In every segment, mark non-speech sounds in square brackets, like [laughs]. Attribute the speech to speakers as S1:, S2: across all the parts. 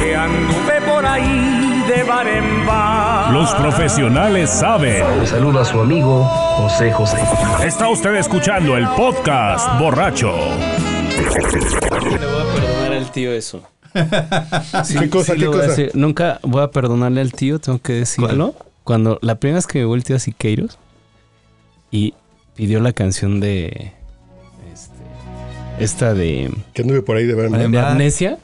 S1: que anduve por ahí de bar en bar.
S2: Los profesionales saben.
S3: Le saluda a su amigo José José.
S2: Está usted escuchando el podcast borracho.
S4: Le voy a perdonar al tío eso. Sí,
S5: ¿Qué cosa,
S4: Ah, sí
S5: qué
S4: lo voy a
S5: cosa?
S4: decir. Nunca voy a perdonarle al tío, tengo que decirlo. Cuando la primera vez que me volteó a Siqueiros y pidió la canción de. este, esta de.
S5: Que anduve por ahí de verme.
S4: de
S6: Además,
S4: Amnesia,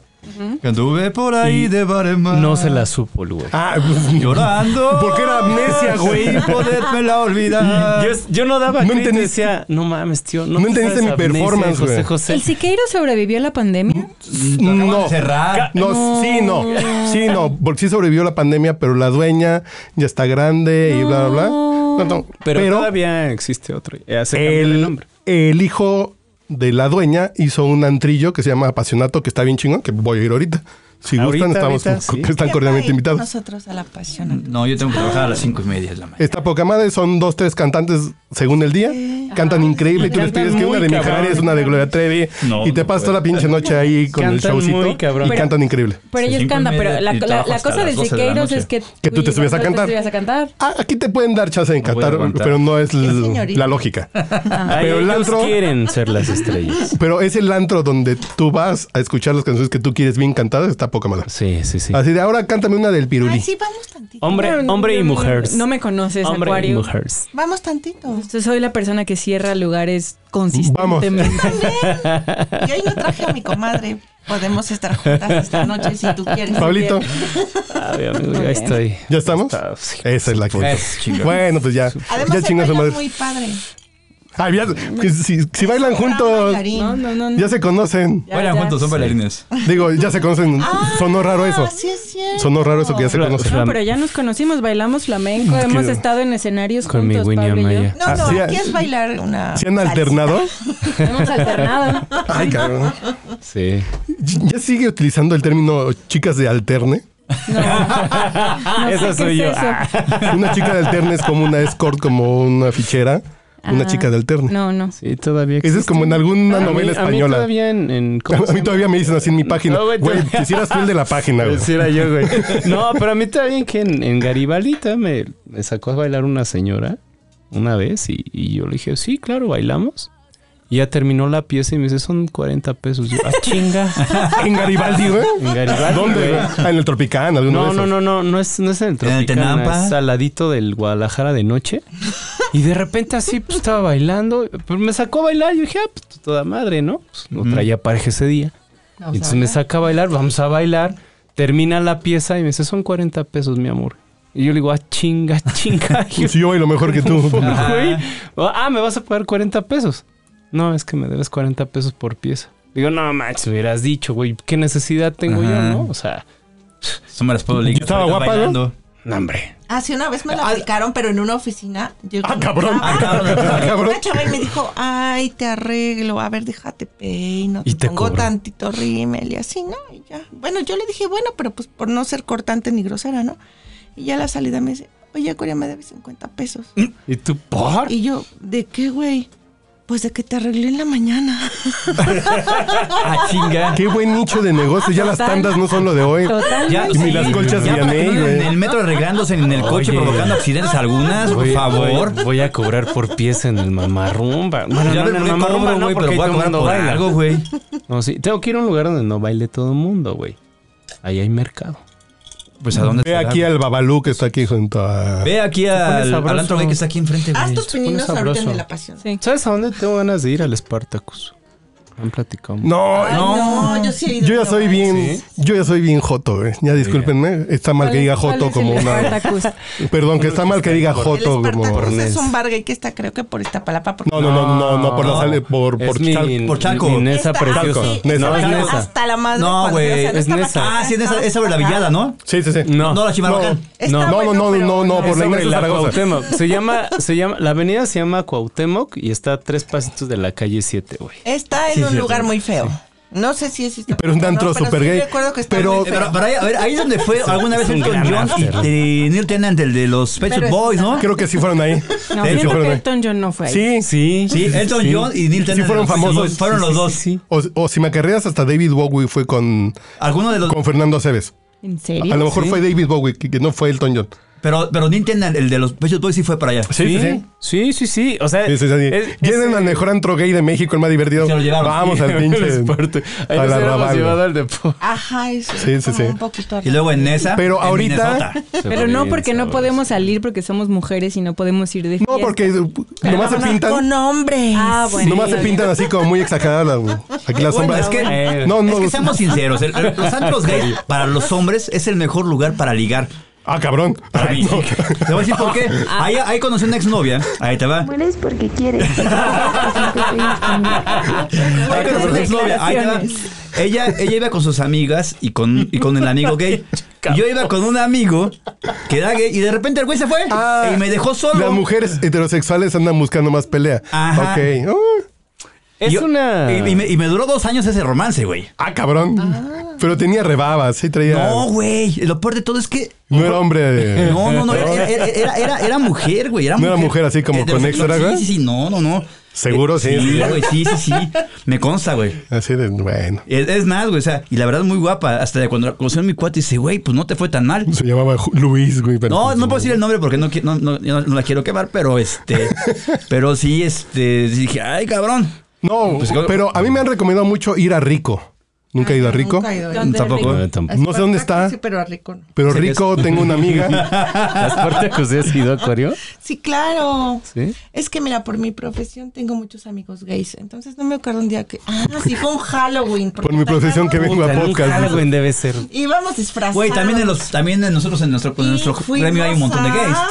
S6: anduve por ahí
S4: Y
S6: de bar en bar,
S4: no se la supo, el güey.
S5: Ah,
S6: llorando.
S5: ¿Por qué era amnesia, güey?
S6: sin podérmela olvidar.
S4: Yo, yo no daba
S5: Ah. No
S4: no
S5: entendiste.
S4: decía, no mames, tío. No,
S5: No entendiste
S4: sabes
S5: mi
S4: Amnesia de
S5: performance, güey.
S4: José José.
S7: ¿El Siqueiro sobrevivió a la pandemia?
S6: Acaban
S5: No.
S6: de cerrar.
S5: No, sí, no. Sí, no. Porque sí sobrevivió la pandemia, pero la dueña ya está grande y bla, bla, bla. No, no.
S4: Pero, todavía existe otro. eh, Ya se cambió el
S5: el,
S4: nombre.
S5: el hijo de la dueña hizo un antrillo que se llama Apasionato, que está bien chingón, que voy a ir ahorita. Si
S4: Ahorita,
S5: gustan, estamos,
S4: ahorita, sí.
S5: están cordialmente invitados.
S7: Nosotros a la pasión.
S6: No, yo tengo que trabajar a las cinco y media de la mañana.
S5: Está poca madre, son dos, tres cantantes según el día.
S8: Ah.
S5: Cantan increíble y tú les
S4: Cantan
S5: pides que
S4: muy
S5: una de
S4: cabrón.
S5: Mijares, una de Gloria Trevi.
S6: No,
S5: y te
S6: no
S5: pasas
S6: puedo.
S5: toda la pinche noche ahí con el
S4: Cantan muy
S5: showcito.
S4: cabrón.
S5: Y
S4: Pero-
S5: cantan increíble.
S7: Pero ellos
S6: Cinco y
S7: cantan,
S6: media
S7: pero la,
S6: y
S7: la-
S6: trabajo
S7: la
S6: hasta
S7: cosa
S6: las
S7: del
S6: 12 de la
S7: Siqueiros
S6: noche.
S7: es que...
S5: Que tú te subías a
S7: tú
S5: cantar.
S7: te subías a cantar.
S5: Ah, aquí te pueden dar chance en
S6: No voy a
S5: Qatar,
S6: aguantar.
S5: pero no es
S7: Qué
S5: l-
S7: señorita.
S5: la lógica.
S4: Ay,
S5: Ah. Pero el
S4: ellos
S5: antro-
S4: quieren ser las estrellas.
S5: Pero es el antro donde tú vas a escuchar las canciones que tú quieres bien cantadas, está poca madre.
S4: Sí, sí, sí.
S5: Así de ahora cántame una del pirulí.
S8: Ay, sí, vamos tantito.
S4: Hombre,
S7: No, no,
S4: hombre y
S7: no, no,
S4: mujeres.
S7: No me conoces,
S4: hombre y
S7: Acuario.
S4: mujeres.
S8: Vamos tantito.
S7: Yo Soy la persona que cierra lugares consistentemente.
S8: Yo hoy no traje a mi comadre. Podemos estar juntas esta noche si tú quieres.
S5: Pablito,
S4: Ay, amigo, ya estoy.
S5: ¿ya estamos?
S4: Ah, sí.
S5: Esa es la que.
S6: Es chingón.
S5: Bueno, pues ya.
S8: Además,
S5: ya
S8: se
S5: chingó su
S8: bailan
S5: madre.
S8: muy padre.
S5: Ay, ya- que si, si bailan juntos,
S8: Bailarín.
S7: No, no, no. no.
S5: ya se conocen.
S7: Ya,
S6: Bailan
S7: ya.
S6: juntos, son bailarines.
S5: Digo, ya se conocen. Sonó raro eso.
S8: Ah, sí es cierto.
S5: Sonó raro eso que ya se
S4: Fla-
S5: conocen.
S4: fla-
S7: No, pero ya nos conocimos, bailamos flamenco, hemos estado en escenarios
S4: Con mi
S7: juntos,
S4: Winnie
S7: Pablo y yo.
S4: Amaya.
S8: No, no,
S5: Ah, sí,
S8: aquí
S5: ah,
S8: es bailar una.
S5: ¿Se han
S8: salsa.
S5: alternado?
S7: Hemos alternado.
S5: Ay, cabrón.
S4: Sí.
S5: ¿Ya sigue utilizando el término chicas de alterne?
S7: No
S4: Eso
S7: sé qué
S4: soy
S7: es
S4: yo.
S7: eso.
S4: Ah,
S5: Una chica de alterne es como una escort, como una fichera. Una
S7: Ah.
S5: chica de alterne.
S7: No, no.
S4: Sí, todavía
S5: Eso es como en alguna
S4: A mí-
S5: novela
S4: A mí
S5: española.
S4: todavía en. en- ¿cómo
S5: [laughs] A
S4: se
S5: mí todavía me dicen así en mi página.
S4: No,
S5: Güey,
S4: güey, tú-
S5: quisieras tú el de la página,
S4: llama? [laughs]
S5: güey.
S4: Sí, era
S5: [laughs]
S4: yo, güey. No, pero a mí todavía en que en, en Garibaldi todavía me, me sacó a bailar una señora una vez y, y yo le dije, sí, claro, bailamos. Y ya terminó la pieza y me dice, son 40 pesos. Yo, ah, [laughs] chinga.
S5: En Garibaldi, güey.
S4: En Garibaldi.
S5: ¿Dónde?
S4: güey.
S5: güey? Ah, en el Tropicán, alguno de
S4: No,
S5: esos.
S4: no, no, no, no es, no es en el
S6: ¿En el
S4: Tropicana,
S6: Tenampa?
S4: es al ladito del Guadalajara de noche. Y de repente así pues, estaba bailando, pero me sacó a bailar. Yo dije, ah, pues toda madre, ¿no? Pues, no traía pareja ese día. Y entonces me saca a bailar, vamos a bailar. Termina la pieza y me dice, son 40 pesos, mi amor. Y yo le digo, ah, chinga, [laughs] chinga. Y yo,
S5: Si yo bailo mejor
S4: [laughs]
S5: que tú.
S4: güey, ah, me vas a pagar 40 pesos. No, es que me debes 40 pesos por pieza. Digo, no, Max, me hubieras dicho, güey, ¿qué necesidad tengo yo,
S6: Ajá.
S4: no? O sea,
S6: Son me las puedo ligar.
S5: Yo estaba
S6: Ahorita
S5: guapa, ¿no?
S6: bailando.
S4: no, hombre.
S8: Ah, sí, una vez me la aplicaron, pero en una oficina. Yo
S5: Ah, cabrón.
S8: Ah,
S5: Ah, cabrón.
S8: Una chava y me dijo, ay, te arreglo, a ver, déjate peino,
S4: Y
S8: te,
S4: te
S8: pongo
S4: cobró.
S8: tantito rímel y así, ¿no? Y ya. Bueno, yo le dije, bueno, pero pues por no ser cortante ni grosera, ¿no? Y ya a la salida me dice, oye, Corea, me debes 50 pesos.
S5: ¿Mm?
S4: ¿Y tú por?
S8: Y yo, ¿de qué, güey? Pues de que te arreglé en la mañana.
S6: Ah, chinga.
S5: Qué buen nicho de negocio. Ya las tandas no son lo de hoy.
S7: Total.
S6: Ya,
S5: Y ni las colchas
S6: ya, para que
S5: Vianey,
S6: no anden
S5: güey.
S6: en el metro arreglándose en el coche
S4: Oye.
S6: provocando accidentes algunas, por
S4: Voy-
S6: favor. Pues
S4: Voy, voy a cobrar por pieza en el mamarrumba. Bueno,
S6: ya
S4: no,
S6: me
S4: no, en el
S6: me
S4: mamarrumba
S6: cobro,
S4: no,
S6: güey,
S4: porque
S6: pero voy a
S4: ahí todo el
S6: cobrar
S4: mundo
S6: por
S4: baila.
S6: algo, güey.
S4: No, sí, tengo que ir a un lugar donde no baile todo el mundo, güey. Ahí hay mercado.
S6: Pues a dónde
S5: Ve
S6: será,
S5: aquí
S6: güey?
S5: al Babalú que está aquí junto a.
S6: Ve aquí al,
S4: sabroso.
S6: al antro güey, que está aquí enfrente,
S8: Haz
S6: güey.
S8: tus pininos
S4: pone
S8: ahorita
S4: sabroso.
S8: en la pasión.
S7: Sí.
S4: ¿Sabes a dónde tengo ganas de ir? Al Spartacus. Han platicado.
S5: No,
S8: No, yo sí he
S5: yo
S8: ido,
S5: ya
S8: pero
S5: soy
S8: bueno.
S5: bien, yo ya soy bien joto, güey. Ya discúlpenme, está mal que diga
S7: ¿Cuál es
S5: joto
S7: el
S5: como una.
S7: Spartacus?
S5: Perdón, que está mal que diga
S8: El
S5: joto como.
S8: Espartacus es
S4: Ornés.
S8: un bargay que está, creo que por esta palapa. Porque
S5: No, no, no, no, no, por la sal, por,
S4: Es
S5: por
S4: mi-
S5: chal-
S6: por Chalco.
S4: mi Nesa
S8: Esta,
S4: preciosa.
S8: sí,
S5: Nesa.
S4: No, es
S8: está
S4: Nesa.
S8: Hasta la madre.
S6: No,
S8: cuando-
S6: güey,
S8: sea,
S4: es
S8: está
S4: Nesa.
S8: bacán,
S6: Ah, sí, en esa,
S8: está
S6: es sobre la villada, ¿no?
S5: Sí, sí, sí.
S4: No.
S6: No, la Chimalhuacán.
S5: No,
S8: Está
S5: no,
S8: bueno,
S5: no,
S8: pero-
S5: no, no, por
S4: Es
S5: la
S4: sobre
S5: Ignacio
S4: la
S5: Zaragoza.
S4: Cuauhtémoc.
S6: [laughs]
S4: Se llama, se llama, la avenida se llama Cuauhtémoc y está a tres pasitos de la calle 7, güey.
S8: Está en
S6: Sí,
S8: un
S6: cierto.
S8: lugar muy feo. No sé si es
S5: Pero es un antro super gay.
S8: recuerdo que está
S5: Pero-
S8: muy
S6: Eh,
S8: feo.
S6: Pero, pero ahí, a ver, ahí es donde fue alguna vez
S4: un
S6: el con
S4: gran
S6: John y
S4: after.
S6: de Neil Tennant, el de los Pet Shop
S7: Pero es-
S6: Boys, ¿no?
S5: Creo que sí fueron ahí.
S7: No,
S5: Sí,
S7: siento
S5: fueron
S7: que
S5: ahí.
S7: Elton John no fue ahí.
S5: Sí,
S4: Sí.
S6: Sí, Elton John y Neil Tennant. de
S5: fueron
S6: los Pet Shop Boys.
S5: famosos.
S6: Fueron los dos.
S4: Sí, sí.
S5: O, o si me acarreas hasta David Bowie fue con,
S6: Alguno de los.
S5: con Fernando Aceves.
S7: ¿En serio?
S5: A lo mejor
S6: Sí.
S5: fue David Bowie, que, que no fue Elton John.
S6: Pero, pero Neil Tennant, el de los Pechos Boys, sí fue para allá.
S5: Sí, sí.
S4: Sí, sí, sí. O sea,
S5: Es, es así.
S4: es- es-
S5: Llenen al mejor antro gay de México, el más divertido.
S6: Se lo llevaron.
S5: Vamos [laughs]
S6: [laughs]
S5: al pinche.
S4: el deporte. Ahí
S5: al
S4: nos hubiéramos
S5: arrabal,
S4: llevado
S5: güey.
S4: al deporte.
S8: Ajá, eso.
S5: Sí, sí,
S8: como
S5: sí.
S8: Un poquito
S6: Y luego en esa.
S5: Pero
S6: en
S5: ahorita-
S6: Minnesota.
S7: Pero no porque no podemos salir porque somos mujeres y no podemos ir de fiesta.
S5: No, porque
S6: este,
S5: eh, nomás se pintan.
S8: Con hombres.
S7: Ah, bueno.
S5: Nomás se pintan así como muy exageradas. las- Aquí las
S6: Bueno,
S5: sombras.
S6: es que, eh,
S4: bueno.
S5: No,
S6: es
S5: no.
S6: que seamos sinceros, el- el- los antros gay para los hombres es el mejor lugar para ligar.
S5: Ah, cabrón.
S6: Para mí. Te voy a decir por
S7: [laughs]
S6: qué. Ahí, ahí conocí una exnovia. Ahí te va.
S9: Mueres porque quieres.
S6: Ahí conocí una exnovia. Ahí te va. Ella, ella iba con sus amigas y con, y con el amigo gay. Y Yo iba con un amigo que era gay y de repente el güey se fue
S5: Ah,
S6: e y me dejó solo.
S5: [laughs] Las mujeres heterosexuales andan buscando más pelea.
S6: Ajá.
S5: Ok. Ah,
S4: Es
S6: Y yo-
S4: una.
S6: Y, y me, y me duró dos años ese romance, güey.
S5: Ah, cabrón. Pero tenía rebabas, sí traía.
S6: No,
S5: No,
S6: güey. Lo peor de todo es que
S5: era hombre.
S6: [laughs]
S5: de-
S6: No, no, no, era, era, era, era- era mujer, Eh, güey. Era
S5: ¿No era mujer así como con
S6: Heterosexual,
S5: extra, güey?
S6: Sí, sí, sí, no, no, no.
S5: Seguro, sí,
S6: Sí,
S5: sí.
S6: güey, sí, sí, sí. Me consta, güey.
S5: Así de, bueno.
S6: Es, es más, güey, o sea, y la verdad muy guapa. Hasta cuando la conocí a mi cuate, dice, güey, pues no te fue tan mal.
S5: Se llamaba Ju- Luis, güey. pero- pues,
S6: No, no puedo decir el nombre porque no, qui- no, no, yo no- no la quiero quemar, pero
S5: [laughs]
S6: este, pero sí, este, dije, ay, cabrón.
S5: No,
S6: Pues, ¿cómo?
S5: pero a mí me han recomendado mucho ir a Rico. Nunca he ido a Rico.
S8: Nunca he ido.
S7: ¿Dónde
S6: Tampoco.
S7: rico?
S4: No, tampoco.
S5: No sé dónde está,
S8: Sí, pero a Rico no.
S5: pero
S6: Sí, que
S5: Rico tengo
S6: [laughs]
S5: una amiga.
S4: [laughs] ¿Las partes que usted ha sido acuario?
S8: Sí, claro.
S4: Sí.
S8: Es que mira, por mi profesión tengo muchos amigos gays. Entonces no me acuerdo un día que. Ah, sí, fue un Halloween. porque
S5: Por mi profesión que vengo a
S4: Puta, en un
S5: podcast.
S4: Halloween debe ser.
S8: Íbamos disfrazados.
S6: Güey, también en los, también en nosotros en nuestro, Pues en
S8: Y
S6: nuestro
S8: fuimos
S6: gremio hay un montón de gays.
S8: a-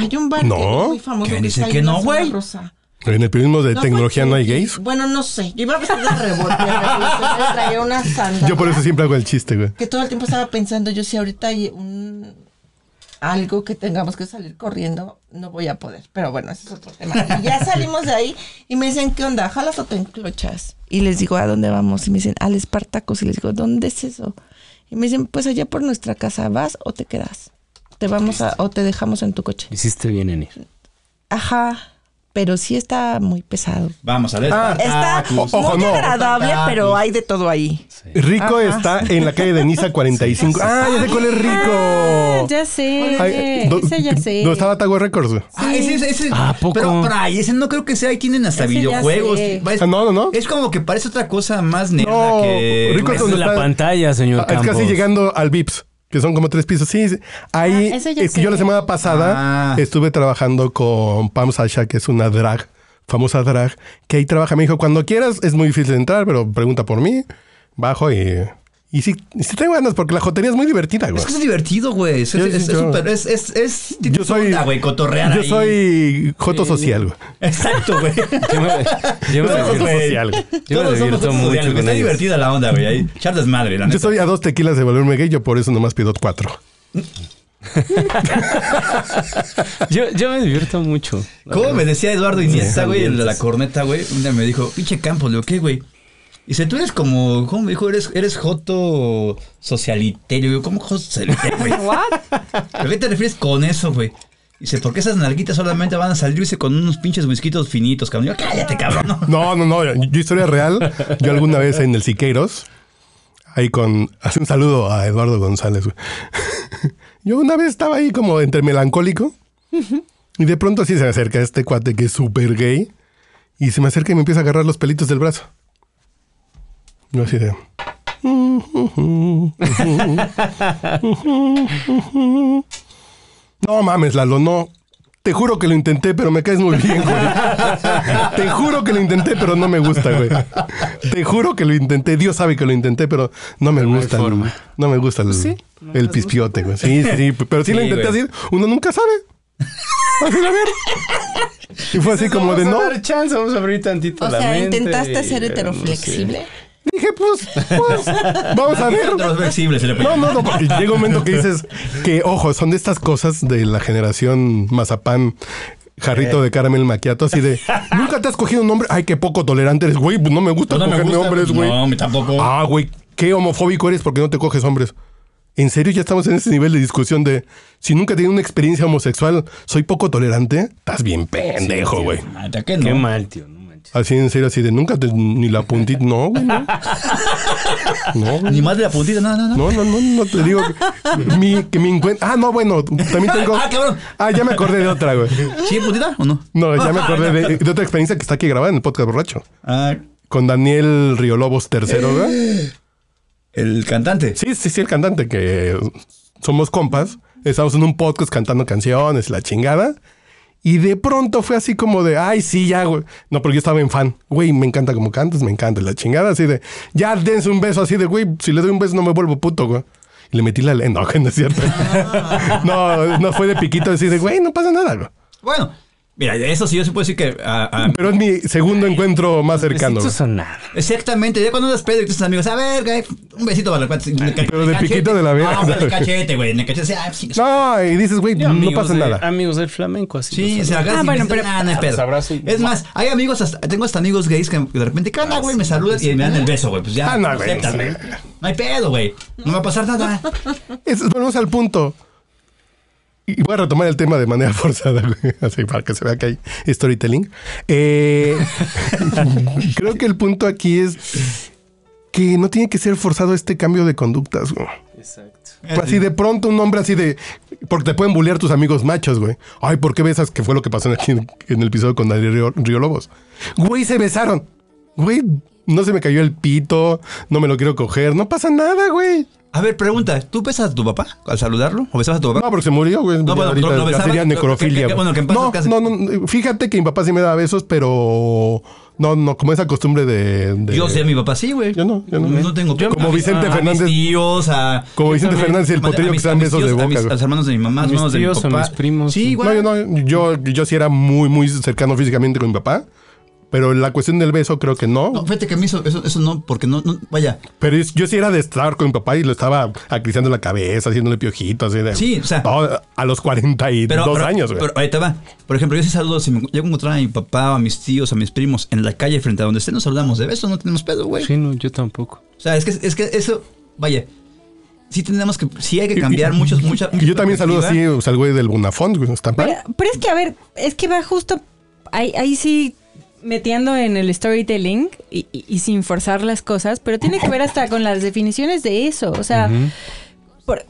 S8: Hay un bar
S5: No.
S8: que es muy famoso.
S6: ¿Quién dice
S8: está ahí
S6: que
S8: en la
S6: no,
S8: zona
S6: güey?
S8: rosa.
S5: En el periodismo de
S8: No,
S5: tecnología
S8: fue
S5: no hay
S8: Chucky.
S5: gays.
S8: Bueno, no sé. Yo iba vestida de [laughs] revolteadora, y entonces traía una sandal.
S5: Yo por eso siempre hago el chiste, güey.
S8: Que todo el tiempo estaba pensando, yo si ahorita hay un algo que tengamos que salir corriendo, no voy a poder. Pero bueno, ese es otro tema. Y ya salimos de ahí y me dicen, ¿qué onda? ¿Jalas o te enclochas? Y les digo, ¿a dónde vamos? Y me dicen, al Espartacos. Y les digo, ¿dónde es eso? Y me dicen, pues allá por nuestra casa, ¿vas o te quedas? Te vamos a, o te dejamos en tu coche.
S4: Hiciste bien en ir.
S8: Ajá, pero sí está muy pesado.
S6: Vamos a ver. Ah, pues,
S8: Está
S6: Tacos.
S5: Ah, ojo,
S8: muy
S5: no.
S8: agradable, pero hay de todo ahí.
S5: Rico está en la calle de Niza 45. Ah, ya sé cuál es
S7: Ah,
S5: Rico.
S7: ya sé.
S5: Ay, do-
S7: Esa ya sé.
S5: ¿Dónde estaba Tago Records? güey?
S6: Ah, ese, ese, ese-
S4: ¿A poco?
S6: Pero, pero ay, ese no creo que sea. Ahí tienen hasta
S7: Ese ya
S6: videojuegos.
S7: sé.
S6: Va, es-
S5: Ah, no, no, no.
S6: Es como que parece otra cosa más nerda
S5: No,
S6: que.
S5: rico
S6: es-
S5: donde
S4: Es la
S5: está-
S4: pantalla, señor
S5: Ah, es
S4: Campos.
S5: casi llegando al Vips, que son como tres pisos. Sí, sí. ahí
S7: Ah, eso ya
S5: es que
S7: sé.
S5: yo la semana pasada
S6: Ah.
S5: estuve trabajando con Pam Sasha, que es una drag, famosa drag, que ahí trabaja. Me dijo, cuando quieras, es muy difícil entrar, pero pregunta por mí. Bajo y. Y sí, sí tengo ganas, porque la jotería es muy divertida, güey.
S6: Es que es divertido, güey. Es
S5: Yo sí
S6: es- es
S5: creo.
S6: súper. Es, es, es,
S5: Yo soy.
S6: onda, güey, cotorrear.
S5: yo
S6: ahí.
S5: soy Joto Social, güey.
S6: Exacto, güey.
S4: Yo me, yo me
S5: Yo soy joto
S4: divierto-
S5: social, güey.
S4: yo me
S6: [laughs] Todos somos
S4: divierto
S6: otros
S4: mucho
S6: sociales,
S4: con
S6: Está
S4: ellos.
S6: divertida la onda, güey. Ahí, Charlas madre, la
S5: Yo
S6: neta.
S5: soy a dos tequilas de valor gay, yo por eso nomás pido cuatro.
S4: Yo, yo me divierto mucho. la
S6: ¿Cómo
S4: verdad.
S6: me decía Eduardo Iniesta, güey, el de la corneta, güey? Un día me dijo, pinche Campos, le digo, ¿qué, güey? Dice, tú eres como, ¿cómo me dijo? Eres, eres joto socialiterio. Digo, ¿cómo joto socialiterio, güey? ¿A qué te refieres con eso, güey? Dice, porque esas nalguitas solamente van a salirse con unos pinches whiskitos finitos, cabrón? Yo, cállate, cabrón. No.
S5: No, no, no. Yo historia real. Yo alguna vez en el Siqueiros, ahí con. Hace un saludo a Eduardo González. güey. [laughs] Yo una vez estaba ahí como entre melancólico. Y de pronto sí se me acerca este cuate que es súper gay. Y se me acerca y me empieza a agarrar los pelitos del brazo. Yo así de. No mames, Lalo, no. Te juro que lo intenté, pero me caes muy bien, güey. Te juro que lo intenté, pero no me gusta, güey. Te juro que lo intenté. Dios sabe que lo intenté, pero no me gusta. el- Pues No me gusta el, el pispiote, güey. Sí, sí, pero sí, lo
S6: Sí,
S5: intenté
S6: güey.
S5: así. Uno nunca sabe. Así, a ver. Y fue así como de no.
S4: Vamos a dar chance, vamos a abrir tantito
S8: O
S4: la
S8: sea,
S4: mente
S8: intentaste
S4: y- eh,
S8: ser
S4: no sé.
S8: heteroflexible.
S5: Dije, pues, pues, [laughs] vamos a ver.
S6: Otros flexibles, se le
S5: No, no, no, porque llega un momento que dices que, ojo, son de estas cosas de la generación mazapán, jarrito de caramel maquiato, así de, nunca te has cogido un hombre, ay, qué poco tolerante eres, güey, pues no me gusta pues
S6: No me
S5: cogerme
S6: gusta,
S5: hombres,
S6: güey.
S5: güey.
S6: No, a mí tampoco.
S5: Ah, güey, qué homofóbico eres porque no te coges hombres. En serio, ya estamos en ese nivel de discusión de, si nunca tienes una experiencia homosexual, soy poco tolerante, estás bien pendejo, güey.
S6: Mata, que no.
S4: Qué mal, tío. no manches.
S7: manches.
S5: Así en serio, así de nunca te- ni la puntita. No, güey,
S6: [laughs]
S5: no. No, güey.
S6: Ni más de la puntita, no, no, no.
S5: No, no, no, no te digo que mi, que mi encuentro. Ah, no, bueno, también tengo.
S6: Ah, cabrón.
S5: Ah, ya me acordé de otra, güey.
S6: ¿Sí, puntita o no?
S5: No, ya me acordé de, de otra experiencia que está aquí grabada en el podcast borracho.
S6: [laughs] Ah,
S5: Con Daniel Riolobos III,
S6: Eh,
S5: güey.
S6: el cantante.
S5: Sí, sí, sí, el cantante que somos compas. Estamos en un podcast cantando canciones, la chingada. Y de pronto fue así como de, ay, sí, ya, güey. No, porque yo estaba en fan. Güey, me encanta como cantas, me encanta la chingada. Así de, ya dense un beso, así de, güey, si le doy un beso no me vuelvo puto, güey. Y le metí la lengua, no, [laughs] güey, no es cierto. no, no fue de piquito, así de, güey, no pasa nada, güey.
S6: Bueno, mira, eso sí, yo se puede decir que ah, a- a-
S5: Pero es mi segundo encuentro más cercano.
S4: Necesito
S5: güey.
S4: sonar.
S6: Exactamente, ya cuando andas pedo y tus amigos, a ver, güey, un besito para los cuates.
S5: Pero de piquito de la verga.
S6: No, pero
S5: [laughs]
S6: de cachete, güey, de cachete. Ah, sí,
S5: No, y dices, güey,
S4: Yo,
S5: no
S4: amigos
S5: pasa
S4: de-
S5: nada.
S4: Eh, Amigos del flamenco, así.
S6: Sí,
S4: los
S6: se agarra
S7: Ah,
S6: sin
S7: bueno,
S6: pensar,
S7: pero-
S6: nada, no es
S5: Pues,
S6: pedo.
S4: Los abrazo y-
S6: Es más, hay amigos, hasta- tengo hasta amigos gays que de repente, ¿qué onda, güey? Me saludan y me dan el beso, güey. Pues ya,
S5: Ah, no, güey.
S6: aceptas, güey. No hay pedo, güey. No va a pasar nada.
S5: Es- volvemos al punto. Y voy a retomar el tema de manera [laughs] forzada, güey, así para que se vea que hay storytelling. Eh, [laughs] creo que el punto aquí es que no tiene que ser forzado este cambio de conductas, güey.
S4: Exacto.
S6: Eh,
S5: Así de pronto un hombre así de... Porque te pueden bullear tus amigos machos, güey. Ay, ¿por qué besas? Que fue lo que pasó aquí en, en el episodio con Daniel Río, Río Lobos. Güey, se besaron. Güey, no se me cayó el pito, no me lo quiero coger, no pasa nada, güey.
S6: A ver, pregunta, ¿tú besas a tu papá al saludarlo? ¿O besabas a tu papá?
S5: No, porque se murió, güey.
S6: No, bueno,
S5: Ahorita
S6: pero lo
S5: ya
S6: besaba-
S5: sería
S6: lo- que-
S5: necrofilia.
S6: que-
S5: güey.
S6: bueno, que en paz
S5: no,
S6: descanse.
S5: no, no, fíjate que mi papá sí me da besos, pero no, no, como esa costumbre de. de-
S6: Yo sé a mi papá, sí, güey.
S5: Yo no, yo no.
S6: tengo
S5: Yo- Como
S6: a mis-
S5: Vicente
S6: a mis
S5: Fernández.
S6: tíos, a.
S5: Como Vicente
S6: Yo
S5: Fernández y el
S6: a mis-
S5: potrillo
S6: a
S5: que
S6: mis-
S5: se dan
S6: a mis
S5: besos
S6: tíos,
S5: de
S6: a
S5: boca,
S6: mis-
S5: güey.
S6: A los hermanos de mi mamá, a los
S4: Mis
S6: hermanos de mi
S4: tíos, a
S6: papá.
S4: mis primos.
S6: Sí,
S5: No,
S6: güey.
S5: yo no, yo, yo sí era muy, muy cercano físicamente con mi papá. Pero la cuestión del beso creo que no.
S6: No, fíjate que a mí eso, eso, eso no, porque no, no, vaya.
S5: Pero es- yo sí era de estar con mi papá y lo estaba acriciando la cabeza, haciéndole piojito, así de.
S6: Sí, o sea.
S5: No, a los 42
S6: Pero, pero-
S5: años, güey.
S6: Pero ahí te va. Por ejemplo, yo sí saludo, si me llego a encontrar a mi papá, a mis tíos, a mis primos en la calle frente a donde estén, nos saludamos de beso, no tenemos pedo, güey.
S4: Sí, no, yo tampoco.
S6: O sea, es que, es que eso, vaya, sí tenemos que, sí hay que cambiar muchos, muchas.
S5: Que yo también saludo así, o sea, al güey del Bonafont, güey. Está
S7: Pero,
S5: padre.
S7: pero es que, a ver, es que va justo ahí, ahí sí metiendo en el storytelling y, y- y sin forzar las cosas, pero tiene que ver hasta con las definiciones de eso. O sea, por-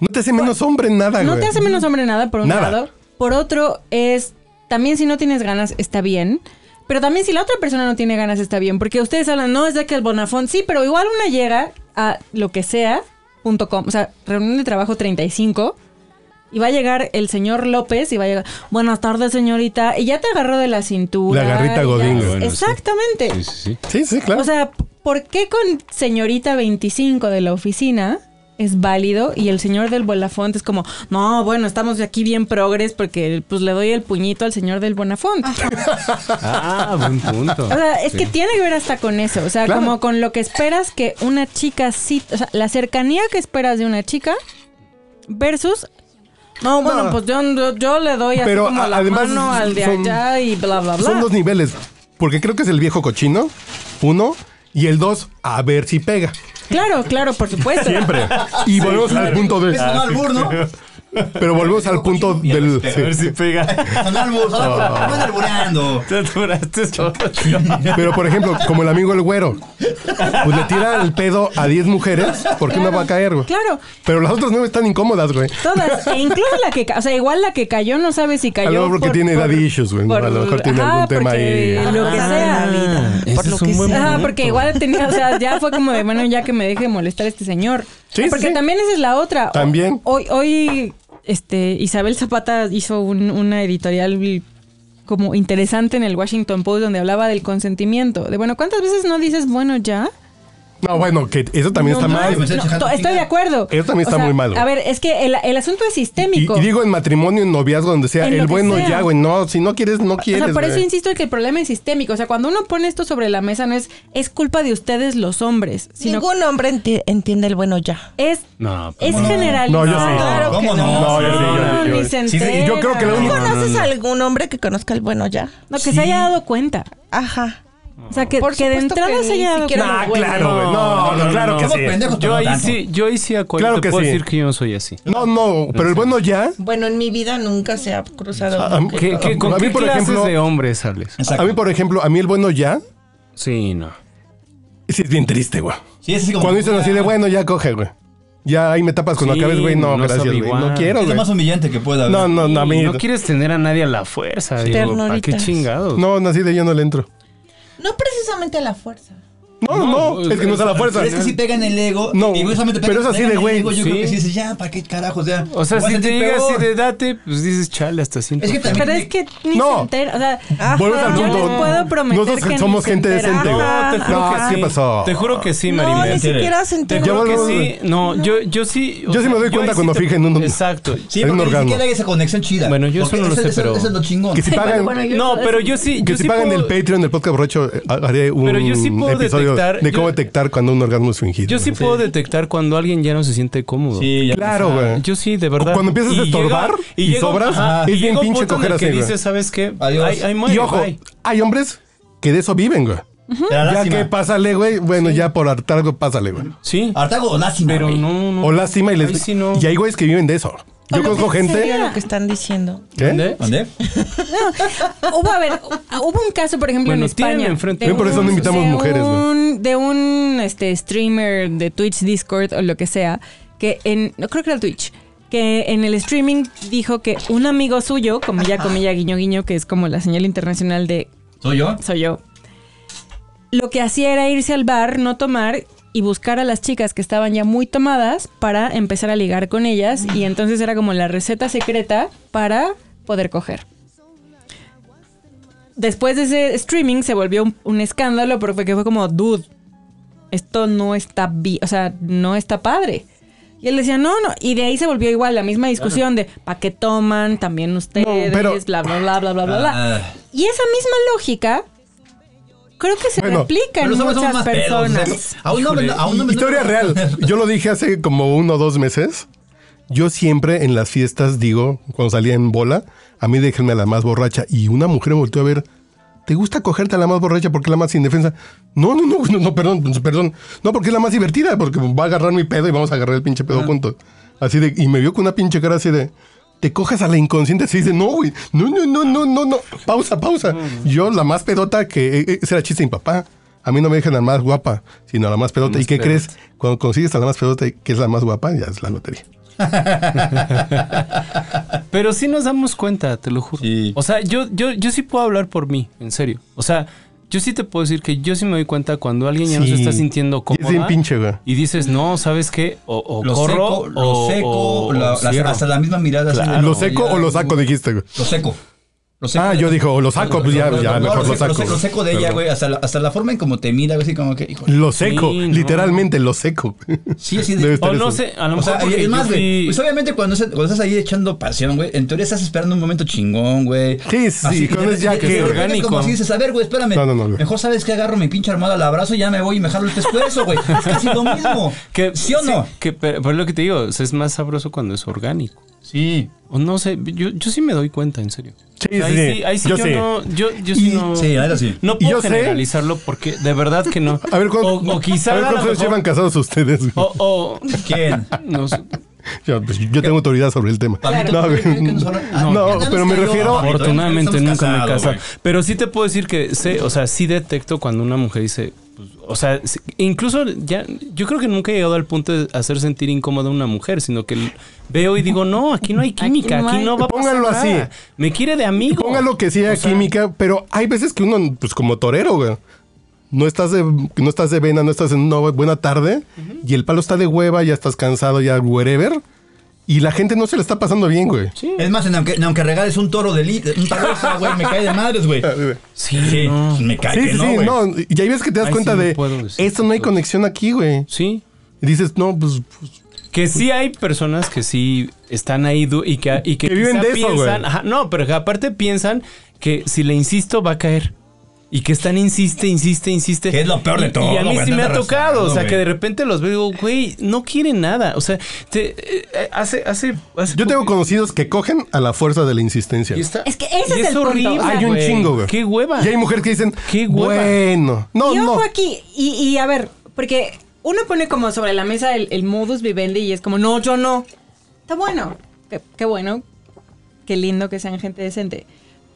S5: No te hace menos hombre en nada,
S7: no
S5: güey.
S7: te hace menos hombre nada, por un
S5: Nada.
S7: lado. Por otro, es también si no tienes ganas, está bien. Pero también si la otra persona no tiene ganas, está bien. Porque ustedes hablan, no, es de que el Bonafón, sí, pero igual una llega a lo que sea, punto com, o sea, reunión de trabajo 35. Y va a llegar el señor López y va a llegar, buenas tardes, señorita. Y ya te agarró de la cintura.
S5: La garrita
S7: y ya-
S5: Godín, güey.
S4: Bueno, sí.
S7: Exactamente.
S4: Sí, sí, sí.
S5: Sí, sí, claro.
S7: O sea, p- ¿por qué con señorita 25 de la oficina es válido y el señor del Bonafont es como, no, bueno, estamos aquí bien progres porque pues le doy el puñito al señor del Bonafont?
S4: Ah, buen punto.
S7: O sea, es que tiene que ver hasta con eso, o sea,
S5: Claro.
S7: como con lo que esperas que una chica sí, o sea, la cercanía que esperas de una chica versus... No, bueno,
S5: No.
S7: pues yo, yo- yo le doy así
S5: Pero
S7: como
S5: a-
S7: la
S5: además
S7: mano al de
S5: son-
S7: allá y bla, bla, bla.
S5: Son dos niveles, porque creo que es el viejo cochino, uno, y el dos, a ver si
S7: [laughs]
S5: pega.
S7: Claro, claro, por supuesto.
S5: Siempre. Y volvemos al punto de.
S6: Es un albur, ¿no?
S5: Pero volvemos al punto
S6: Y a
S5: del.
S6: ver
S5: sí.
S4: si pega.
S6: Son albur, son albur, están albureando.
S4: Te duraste
S5: Pero por ejemplo, como el amigo el güero, pues le tira el pedo a 10 mujeres, porque una
S7: Claro,
S5: va a caer, güey.
S7: Claro.
S5: Pero las otras nueve están incómodas, güey.
S7: Todas, e incluso la que, ca- o sea, igual la que cayó no sabe si cayó.
S5: A lo mejor porque tiene daddy issues, güey, ¿no? A lo mejor tiene algún tema
S7: porque
S5: ahí.
S7: Lo que sea.
S4: Por lo que
S7: Ajá, porque igual tenía, o sea, ya fue como de, bueno, ya que me deje molestar este señor.
S5: Sí,
S7: porque
S5: sí.
S7: también esa es la otra. O-
S5: También.
S7: Hoy, hoy, este, Isabel Zapata hizo un- una editorial como interesante en el Washington Post donde hablaba del consentimiento. De, bueno, ¿cuántas veces no dices, bueno, ya?
S5: No, bueno, que eso también está
S7: No,
S5: mal.
S7: no, to- estoy de acuerdo.
S5: Eso también está muy mal, güey.
S7: A ver, es que el, el asunto es
S5: Y,
S7: sistémico.
S5: y digo en matrimonio, en noviazgo, donde sea,
S7: En lo
S5: el
S7: que
S5: bueno
S7: sea.
S5: ya, güey. No, si no quieres, no quieres.
S7: O sea, por eso
S5: güey.
S7: insisto en que el problema es sistémico. O sea, cuando uno pone esto sobre la mesa, no es, es culpa de ustedes los hombres, sino
S8: Ningún hombre enti- entiende el bueno ya.
S7: es,
S4: No,
S7: es
S4: ¿cómo no?
S7: generalizado.
S5: No, yo sí.
S7: Claro que
S6: ¿Cómo
S7: no.
S6: no?
S5: No, yo sí, yo-
S7: No,
S5: yo-
S7: ni
S5: yo-
S7: se
S5: sí, sí, yo creo que la
S7: entera.
S5: única-
S8: ¿Conoces a algún hombre que conozca el bueno ya?
S7: No, que se haya dado cuenta.
S8: Ajá.
S7: O sea, que,
S8: Por
S7: que de
S8: supuesto
S7: entrada
S8: que
S7: se
S8: ni
S7: haya dado
S8: siquiera
S7: cuenta.
S5: Ah,
S8: No, güey,
S5: claro, güey. No, no, claro que
S6: Somos
S5: sí.
S6: pendejos,
S4: Yo
S6: pero
S4: ahí
S6: no tanto.
S4: sí, yo ahí sí a
S5: Claro
S4: cualquier
S5: que
S4: te puedo
S5: sí.
S4: decir que yo no soy así.
S5: No, no, pero el bueno ya.
S8: Bueno, en mi vida nunca se ha cruzado.
S5: Ah,
S8: un-
S4: ¿Qué, qué- con
S5: A mí,
S4: qué
S5: por
S4: clases
S5: ejemplo-
S4: de hombres sales?
S6: Exacto.
S5: A mí, por ejemplo, a mí el bueno ya
S4: Sí, no.
S5: sí es bien triste, güey.
S6: Sí, es así como-
S5: Cuando dicen así de bueno, ya coge, güey. Ya ahí me tapas cuando
S4: Sí,
S5: acabes, güey. No,
S4: no
S5: gracias,
S4: sabe
S5: güey.
S4: igual.
S5: No quiero,
S6: Es lo
S5: güey.
S6: más humillante que pueda haber.
S5: No, no, no, a mí.
S4: no quieres tener a nadie a la fuerza. digo, ¿Para qué
S8: Ternuritas.
S4: chingados?
S5: No, nací de yo no le entro.
S8: No precisamente a la fuerza.
S5: No, no,
S4: No, pues,
S5: es que no es a la fuerza.
S6: Pero es que sí pegan el ego.
S5: No,
S6: y güey, solamente
S5: pero
S6: pegan-
S5: es así de
S6: pegan el
S5: güey,
S6: ego, Yo
S4: sí.
S6: creo que sí dices, ya, ¿para qué carajos? Ya,
S4: O sea,
S6: voy a
S4: si te
S6: sentir
S4: llega
S6: peor.
S4: así de date, pues dices, chale, hasta siento.
S6: Es que también.
S7: Pero es que ni
S5: No.
S7: se entera. O sea,
S5: Vuelves al
S7: yo
S5: punto.
S7: les puedo prometer
S5: Nosotros
S7: que
S5: somos
S7: ni se
S5: gente
S7: enteraron.
S5: decente, güey.
S7: Ajá,
S4: No, te juro
S5: Ah, No,
S4: que sí.
S5: ¿qué pasó?
S4: Te juro que sí,
S8: No,
S4: Marimel.
S8: ni siquiera se
S4: Te
S8: enteró.
S4: juro
S5: Ya
S4: que
S5: volvemos.
S4: sí. No, yo, yo sí. o
S5: Yo sí me doy
S4: yo
S5: cuenta
S4: ahí sí
S5: cuando
S4: te-
S5: fija en un-
S4: Exacto.
S6: Sí,
S5: Hay un
S6: porque ni
S5: orgasmo.
S6: siquiera hay esa conexión chida.
S4: Bueno, yo eso
S6: Porque
S4: no lo
S6: ese-
S4: sé,
S6: ese-
S4: pero-
S6: Eso es lo chingón.
S5: Que si pagan,
S4: No, pero yo sí.
S5: que
S4: yo
S5: si
S4: sí
S5: pagan
S4: puedo-
S5: el Patreon del podcast borracho, eh, haré un
S4: Pero yo sí puedo detectar-
S5: episodio de cómo
S4: yo-
S5: detectar cuando un orgasmo es fingido.
S4: Yo sí
S5: ¿no?
S4: puedo detectar cuando alguien ya no se siente cómodo.
S6: Sí, ya.
S5: Claro,
S4: O sea,
S5: güey.
S4: Yo sí, de verdad.
S5: Cuando empiezas a estorbar y sobras, es bien
S4: llega un
S5: pinche
S4: punto en el
S5: coger así,
S4: que
S5: güey.
S4: dices, ¿sabes qué?
S6: Adiós.
S4: Ay, ay, muere,
S5: Y ojo,
S4: bye".
S5: hay hombres que de eso viven, güey.
S6: Te da
S5: Ya
S6: lástima.
S5: que pásale, güey. Bueno, ya por hartargo, pásale, güey.
S4: Sí,
S6: Artago o lástima.
S4: pero
S6: güey.
S4: no, no.
S5: O lástima y les.
S4: Ay, sí, no.
S5: Y hay güeyes que viven de eso. Yo conozco gente.
S8: lo que están diciendo.
S5: ¿Qué?
S4: ¿Dónde?
S6: ¿Dónde?
S7: Hubo, a ver, hubo un caso, por ejemplo,
S4: Bueno,
S7: en España.
S4: tienen enfrente.
S7: de
S5: Ven, por eso no
S7: un-
S5: invitamos
S7: de
S5: mujeres, güey.
S7: un- de un este, streamer de Twitch, Discord o lo que sea, que en. No creo que era Twitch. Que en el streaming dijo que un amigo suyo, comilla, comilla, guiño, guiño, que es como la señal internacional de
S6: ¿Soy yo?
S7: soy yo. Lo que hacía era irse al bar, no tomar y buscar a las chicas que estaban ya muy tomadas para empezar a ligar con ellas y entonces era como la receta secreta para poder coger. Después de ese streaming se volvió un, un escándalo porque fue como, dude, esto no está bien, o sea, no está padre. Y él decía, no, no, y de ahí se volvió igual la misma discusión de, ¿para qué toman? También ustedes,
S5: pero-
S7: bla, bla, bla, bla, bla, bla, bla.
S6: Ah.
S7: Y esa misma lógica creo que se
S5: Bueno,
S7: replica en
S6: Pero somos somos
S7: muchas
S6: más pedos,
S7: personas.
S6: o sea, Aún no me. Aún no me.
S5: Historia real. Yo lo dije hace como uno o dos meses. Yo siempre en las fiestas digo, cuando salía en bola, a mí déjenme a la más borracha. Y una mujer me volteó a ver, ¿te gusta cogerte a la más borracha porque es la más indefensa? No, no, no, no, no, perdón, perdón. No, porque es la más divertida, porque va a agarrar mi pedo y vamos a agarrar el pinche pedo juntos. Así de, y me vio con una pinche cara así de, te coges a la inconsciente. Así dice, no, güey, no, no, no, no, no, no. Pausa, pausa. Yo la más pedota que, eh, eh, ese era chiste de mi papá. A mí no me dejan la más guapa, sino a la más pedota. ¿Y qué crees? Cuando consigues a la más pedota, que es la más guapa, ya es la lotería.
S4: Pero sí nos damos cuenta, te lo juro.
S6: Sí.
S4: O sea, yo, yo, yo sí puedo hablar por mí, en serio. O sea, yo sí te puedo decir que yo sí me doy cuenta cuando alguien ya no se
S5: Sí.
S4: está sintiendo
S5: Y es
S4: cómodo.
S5: bien pinche, güey.
S4: Y dices, no, ¿sabes qué? O, o
S6: Lo
S4: corro,
S6: seco, lo
S4: o,
S6: seco,
S4: o-
S6: la-
S4: o
S6: la-
S4: cierro.
S6: hasta la misma mirada. así de,
S4: Claro.
S5: ¿Lo seco
S6: ya,
S5: o lo saco? Dijiste, güey.
S6: Lo seco. Lo seco
S5: Ah,
S6: de-
S5: yo dije, o lo saco, pues ya,
S6: No, no,
S5: ya,
S6: no,
S5: mejor lo
S6: seco-
S5: saco.
S6: Lo seco, de ella,
S5: Perdón.
S6: güey. Hasta la, hasta la forma en como te mira, güey, así como que, hijo.
S5: Lo seco,
S4: Sí, no.
S5: literalmente lo seco.
S6: Sí, así de-
S5: Debe estar
S4: O no
S5: eso.
S4: sé, a lo
S6: O
S4: mejor
S6: sea, y
S4: porque
S6: es
S4: yo
S6: más,
S4: fui-
S6: güey. Pues obviamente cuando, se- cuando estás ahí echando pasión, güey, en teoría estás esperando un momento chingón, güey.
S5: Sí, sí,
S6: Así,
S5: con
S6: y de-
S5: es ya
S6: y de-
S5: que
S6: y de repente
S4: orgánico.
S6: Como si dices, a ver, güey, espérame.
S5: No, no, no, güey.
S6: Mejor sabes que agarro mi pinche armada al abrazo y ya me voy y me jalo el pescuezo, güey. Es casi lo mismo.
S4: [laughs] que,
S6: ¿Sí o no?
S4: que, pero, pero lo que te digo, o sea, es más sabroso cuando es orgánico.
S6: Sí.
S4: O no sé, yo, yo sí me doy cuenta, en serio.
S5: Sí,
S4: O sea, ahí
S5: sí,
S4: sí, ahí sí
S5: yo
S4: yo,
S5: sí.
S4: no, yo, yo sí
S6: Y-
S4: no.
S6: sí, ahora sí.
S4: No
S5: Y
S4: puedo
S5: yo sé-
S4: generalizarlo porque de verdad que no.
S5: A ver, ¿cuán-
S4: o, o quizá
S5: a ver
S4: a lo
S5: cuántos años
S4: mejor-
S5: llevan casados ustedes. güey?
S4: O, o-
S6: ¿Quién?
S4: no sé.
S5: Yo, pues, yo tengo autoridad sobre el tema.
S6: Pablito,
S5: No,
S6: ¿tú crees que
S5: güey.
S6: nos habla- Ah,
S5: No,
S6: ya nos
S5: pero me
S6: cayó,
S5: refiero-
S6: Pablito,
S4: Afortunadamente
S6: estamos
S4: nunca me he
S6: casados,
S4: casado.
S6: güey.
S4: Pero sí te puedo decir que sé, o sea, sí detecto cuando una mujer dice. pues, O sea, sí- incluso ya, yo creo que nunca he llegado al punto de hacer sentir incómoda a una mujer, sino que l- veo y digo, no, aquí no hay química,
S7: no
S4: aquí no,
S7: hay".
S4: va a pasar
S5: Póngalo así.
S4: nada. Me quiere de amigo.
S5: Póngalo que sea
S4: O sea,
S5: química, pero hay veces que uno, pues como torero, güey. No estás de, no estás de vena, no estás en una buena tarde y el palo está de hueva, ya estás cansado, ya wherever. Y la gente no se le está pasando bien, güey.
S6: Es más, en aunque, en aunque regales un toro de li, un paloza, güey, me cae de madres,
S5: [laughs]
S6: güey.
S4: Sí,
S6: Sí, pues,
S4: no.
S6: me cae
S5: Sí,
S6: que
S5: sí,
S6: no,
S5: sí,
S6: güey.
S5: no. Y hay veces que te das
S4: Ahí
S5: cuenta
S4: sí no
S5: de,
S4: puedo decir
S5: esto no hay conexión aquí, güey.
S4: Sí.
S5: Y dices, no, pues, pues,
S4: Que sí hay personas que sí están ahí du- y que, y que,
S5: Que viven
S4: quizá
S5: de eso, güey.
S4: piensan, ajá, no, pero que aparte piensan que si le insisto va a caer. Y que están, insiste, insiste, insiste.
S6: Que es lo peor de
S4: Y-
S6: todo,
S4: Y a mí
S6: güey,
S4: sí me ha
S6: andar
S4: tocado. O sea,
S6: arrastrando,
S4: que de
S6: güey.
S4: repente los veo y digo, güey, no quieren nada. O sea, te, eh, eh, hace, hace, hace
S5: Yo tengo
S4: poco-
S5: conocidos que cogen a la fuerza de la insistencia.
S4: y está-
S7: Es que ese
S4: y
S7: es el punto,
S4: horrible,
S7: o sea-
S5: Hay un
S4: güey.
S5: chingo, güey.
S4: Qué hueva.
S5: Y hay mujeres que dicen,
S4: Qué hueva.
S5: bueno, no,
S7: y ojo
S5: no.
S7: aquí, y, y a ver, porque uno pone como sobre la mesa el, el modus vivendi y es como, no, yo no. Está bueno. Qué, qué bueno. Qué lindo que sean gente decente.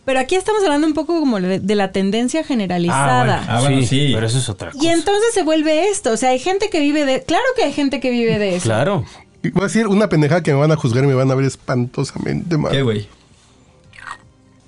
S7: Pero aquí estamos hablando un poco como de, de la tendencia
S4: Ah, bueno,
S7: generalizada.
S6: Ah, bueno, ah, sí.
S4: Pero eso es otra cosa.
S7: y entonces se vuelve esto. O sea, hay gente que vive de. Claro que hay gente que vive de eso.
S4: Claro.
S5: Voy a decir una pendejada que me van a juzgar y me van a ver espantosamente mal.
S6: ¿Qué, güey?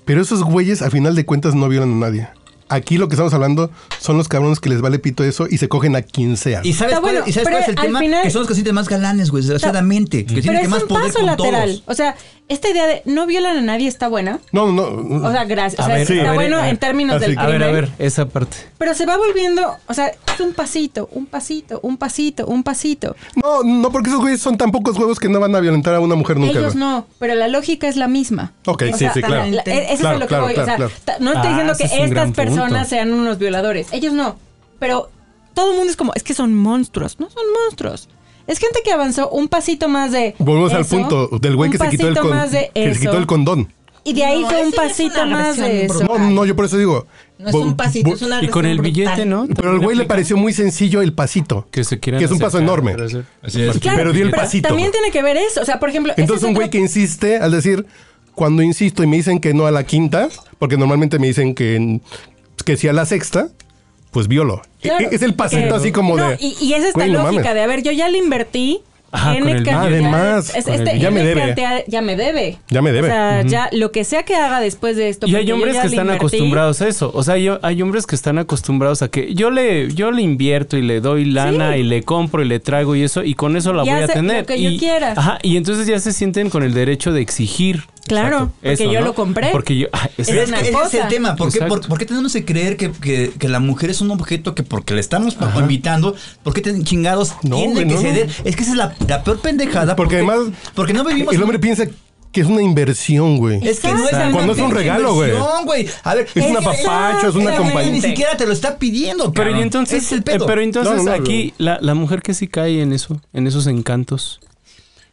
S5: Pero esos güeyes, a final de cuentas, no violan a nadie. Aquí lo que estamos hablando son los cabrones que les vale pito eso y se cogen a quien sea.
S6: ¿Y sabes,
S7: Está
S6: cuál,
S7: bueno,
S6: ¿y sabes
S7: pero
S6: cuál es el
S7: al
S6: tema?
S7: final-
S6: que son los que se sienten más galanes, güey, desgraciadamente. Que
S7: Pero
S6: tienen que
S7: es
S6: más
S7: un
S6: poder
S7: paso
S6: con
S7: lateral.
S6: todos.
S7: O sea, esta idea de no violan a nadie está buena.
S5: No, no, no.
S7: O sea, gracias. O
S4: A
S7: sea,
S4: ver,
S7: está
S4: a ver,
S7: bueno
S4: a ver.
S7: en términos
S5: Así
S7: del
S5: que-
S4: A ver,
S7: crimen.
S4: a ver, esa parte.
S7: Pero se va volviendo, o sea, es un pasito, un pasito, un pasito, un pasito.
S5: no, no, porque esos güeyes son tan pocos huevos que no van a violentar a una mujer nunca.
S7: Ellos
S5: güey.
S7: no, pero la lógica es la misma.
S5: Ok,
S7: O
S5: sí,
S7: sea,
S5: sí, claro.
S7: la- e-
S5: Claro,
S7: eso es a lo que
S5: claro,
S7: voy.
S5: claro,
S7: o sea,
S5: claro.
S7: ta- no estoy
S4: Ah,
S7: diciendo
S4: ese
S7: que
S4: es un gran
S7: estas
S4: punto.
S7: personas sean unos violadores. Ellos no. Pero todo el mundo es como, es que son monstruos. No son monstruos. Es gente que avanzó un pasito más de.
S5: Volvemos al
S7: eso,
S5: punto del güey
S7: un
S5: que se, quitó el
S7: pasito
S5: con-
S7: más de
S5: que se quitó
S7: eso,
S5: el condón.
S7: Y de ahí
S8: No,
S7: fue un
S8: eso ya es
S7: pasito
S8: una
S7: más de
S8: agresión
S7: eso.
S5: No, no, yo por eso digo.
S8: No es un
S5: bo-
S8: pasito,
S5: bo-
S8: es una
S4: Y con
S8: agresión
S4: el billete,
S8: brutal.
S4: ¿no?
S5: Pero al güey le pareció muy sencillo el pasito.
S4: que se quieran
S5: Que es un paso
S4: acercar
S5: enorme.
S4: para hacer-
S6: Así es.
S7: Claro,
S5: pero di el pasito.
S7: También tiene que ver eso. O sea, por ejemplo. ese
S5: Entonces
S7: es
S5: un
S7: otro
S5: güey que insiste al decir, cuando insisto y me dicen que no a la quinta, porque normalmente me dicen que, en- que sí a la sexta, pues violo.
S7: Claro,
S5: E- es el pasito
S7: porque-
S5: así como
S7: No,
S5: de...
S7: Y, y es esta
S5: "Güey, no
S7: lógica
S5: mames".
S7: de, a ver, yo ya le invertí.
S4: Ajá, con el
S7: cantidad-
S5: billete. Además,
S7: es-
S5: con el
S7: este,
S5: billete. Ya me
S7: N
S5: debe.
S7: cantidad- ya me debe.
S5: Ya me debe.
S7: O sea, ya lo que sea que haga después de esto.
S4: Y
S7: porque
S4: hay
S7: yo
S4: hombres
S7: ya
S4: que
S7: le
S4: están
S7: invertí.
S4: acostumbrados a eso. O sea, yo, hay hombres que están acostumbrados a que yo le, yo le invierto y le doy lana
S7: Sí.
S4: y le compro y le traigo y eso, y con eso la
S7: Y
S4: voy a
S7: hace
S4: tener.
S7: lo que yo
S4: y,
S7: quiera.
S4: Ajá, y entonces ya se sienten con el derecho de exigir.
S7: Claro, porque yo lo compré.
S4: Porque yo. ah,
S7: Es
S4: exacto.
S6: Es
S7: una
S6: que ese es
S7: cosa.
S6: el tema. ¿Por qué,
S4: Exacto.
S6: por- por qué tenemos que creer que, que- que la mujer es un objeto que porque le estamos invitando, por qué ten- chingados
S5: No,
S6: tiene
S5: güey,
S6: que
S5: no.
S6: ceder? Es que esa es la, la peor pendejada.
S5: Porque además-
S6: Porque no vivimos...
S5: El hombre piensa que es una inversión, güey.
S6: Es que no es
S7: Exacto.
S6: una
S5: Cuando es un regalo, güey.
S6: inversión, güey. A ver,
S5: Es un
S6: que-
S5: apapacho, es una
S6: Ese güey
S5: compañía.
S6: Ni siquiera te lo está pidiendo,
S4: Pero y
S6: cabrón.
S4: entonces,
S6: Ese es el pedo.
S4: eh, pero entonces
S5: No, no, no,
S4: aquí la, la mujer que sí cae en eso, en esos encantos.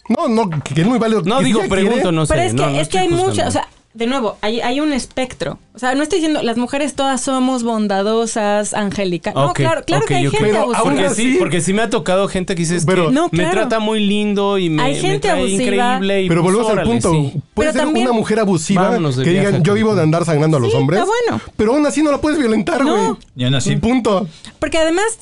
S5: No, no, que es muy válido.
S4: No
S5: Que
S4: digo,
S5: ella quiere-
S4: pregunto, no sé.
S7: Pero es que,
S4: no, no
S7: es
S4: estoy
S7: que hay
S4: juzgando.
S7: muchas, o sea, de nuevo, hay, hay un espectro. O sea, no estoy diciendo las mujeres todas somos bondadosas, angélicas. No,
S4: Ok,
S7: claro, claro
S4: ok,
S7: que hay
S4: ok.
S7: gente
S5: Pero
S7: abusiva.
S5: aún
S4: Porque
S5: así-
S4: sí, porque sí me ha tocado gente que dice es
S5: Pero-
S4: que
S7: No,
S4: me
S7: claro.
S4: trata muy lindo y me,
S7: Hay
S4: me
S7: gente
S4: cae
S7: abusiva.
S4: increíble. y
S5: Pero
S4: pues,
S5: volvemos al
S4: órale,
S5: punto.
S4: sí.
S5: Puede
S7: Pero
S5: ser
S7: también-
S5: una mujer abusiva
S4: Vámonos de
S5: que
S4: viaje
S5: digan,
S4: con
S5: yo vivo de andar sangrando a los
S7: Sí,
S5: hombres.
S7: está bueno.
S5: Pero aún así no la puedes violentar,
S7: No. pues,
S5: güey.
S6: Y aún así.
S5: Punto.
S7: Porque además,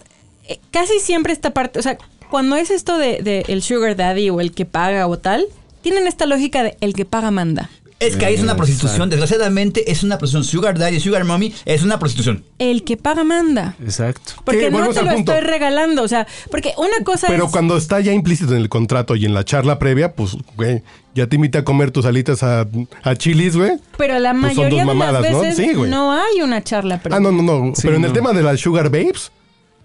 S7: eh, casi siempre esta parte, o sea, cuando es esto de, de el sugar daddy o el que paga o tal, tienen esta lógica de el que paga manda.
S6: Es que ahí es
S5: Mm,
S6: una prostitución. Desgraciadamente es una prostitución. Sugar Daddy, Sugar Mommy es una prostitución.
S7: El que paga manda.
S4: Exacto.
S7: Porque
S5: Sí,
S7: no
S5: volvemos
S7: te
S5: al
S7: lo
S5: punto.
S7: estoy regalando. O sea, porque una cosa
S5: Pero
S7: es.
S5: cuando está ya implícito en el contrato y en la charla previa, pues, güey, ya te invita a comer tus alitas a, a chilis, güey.
S7: Pero la
S5: pues son
S7: mayoría
S5: tus
S7: de
S5: mamadas, ¿no?
S7: las veces
S5: Sí,
S7: ¿no?
S5: güey.
S7: hay una charla previa.
S5: Ah, no, no, no.
S4: Sí,
S5: pero en
S4: no.
S5: el tema de las Sugar Babes,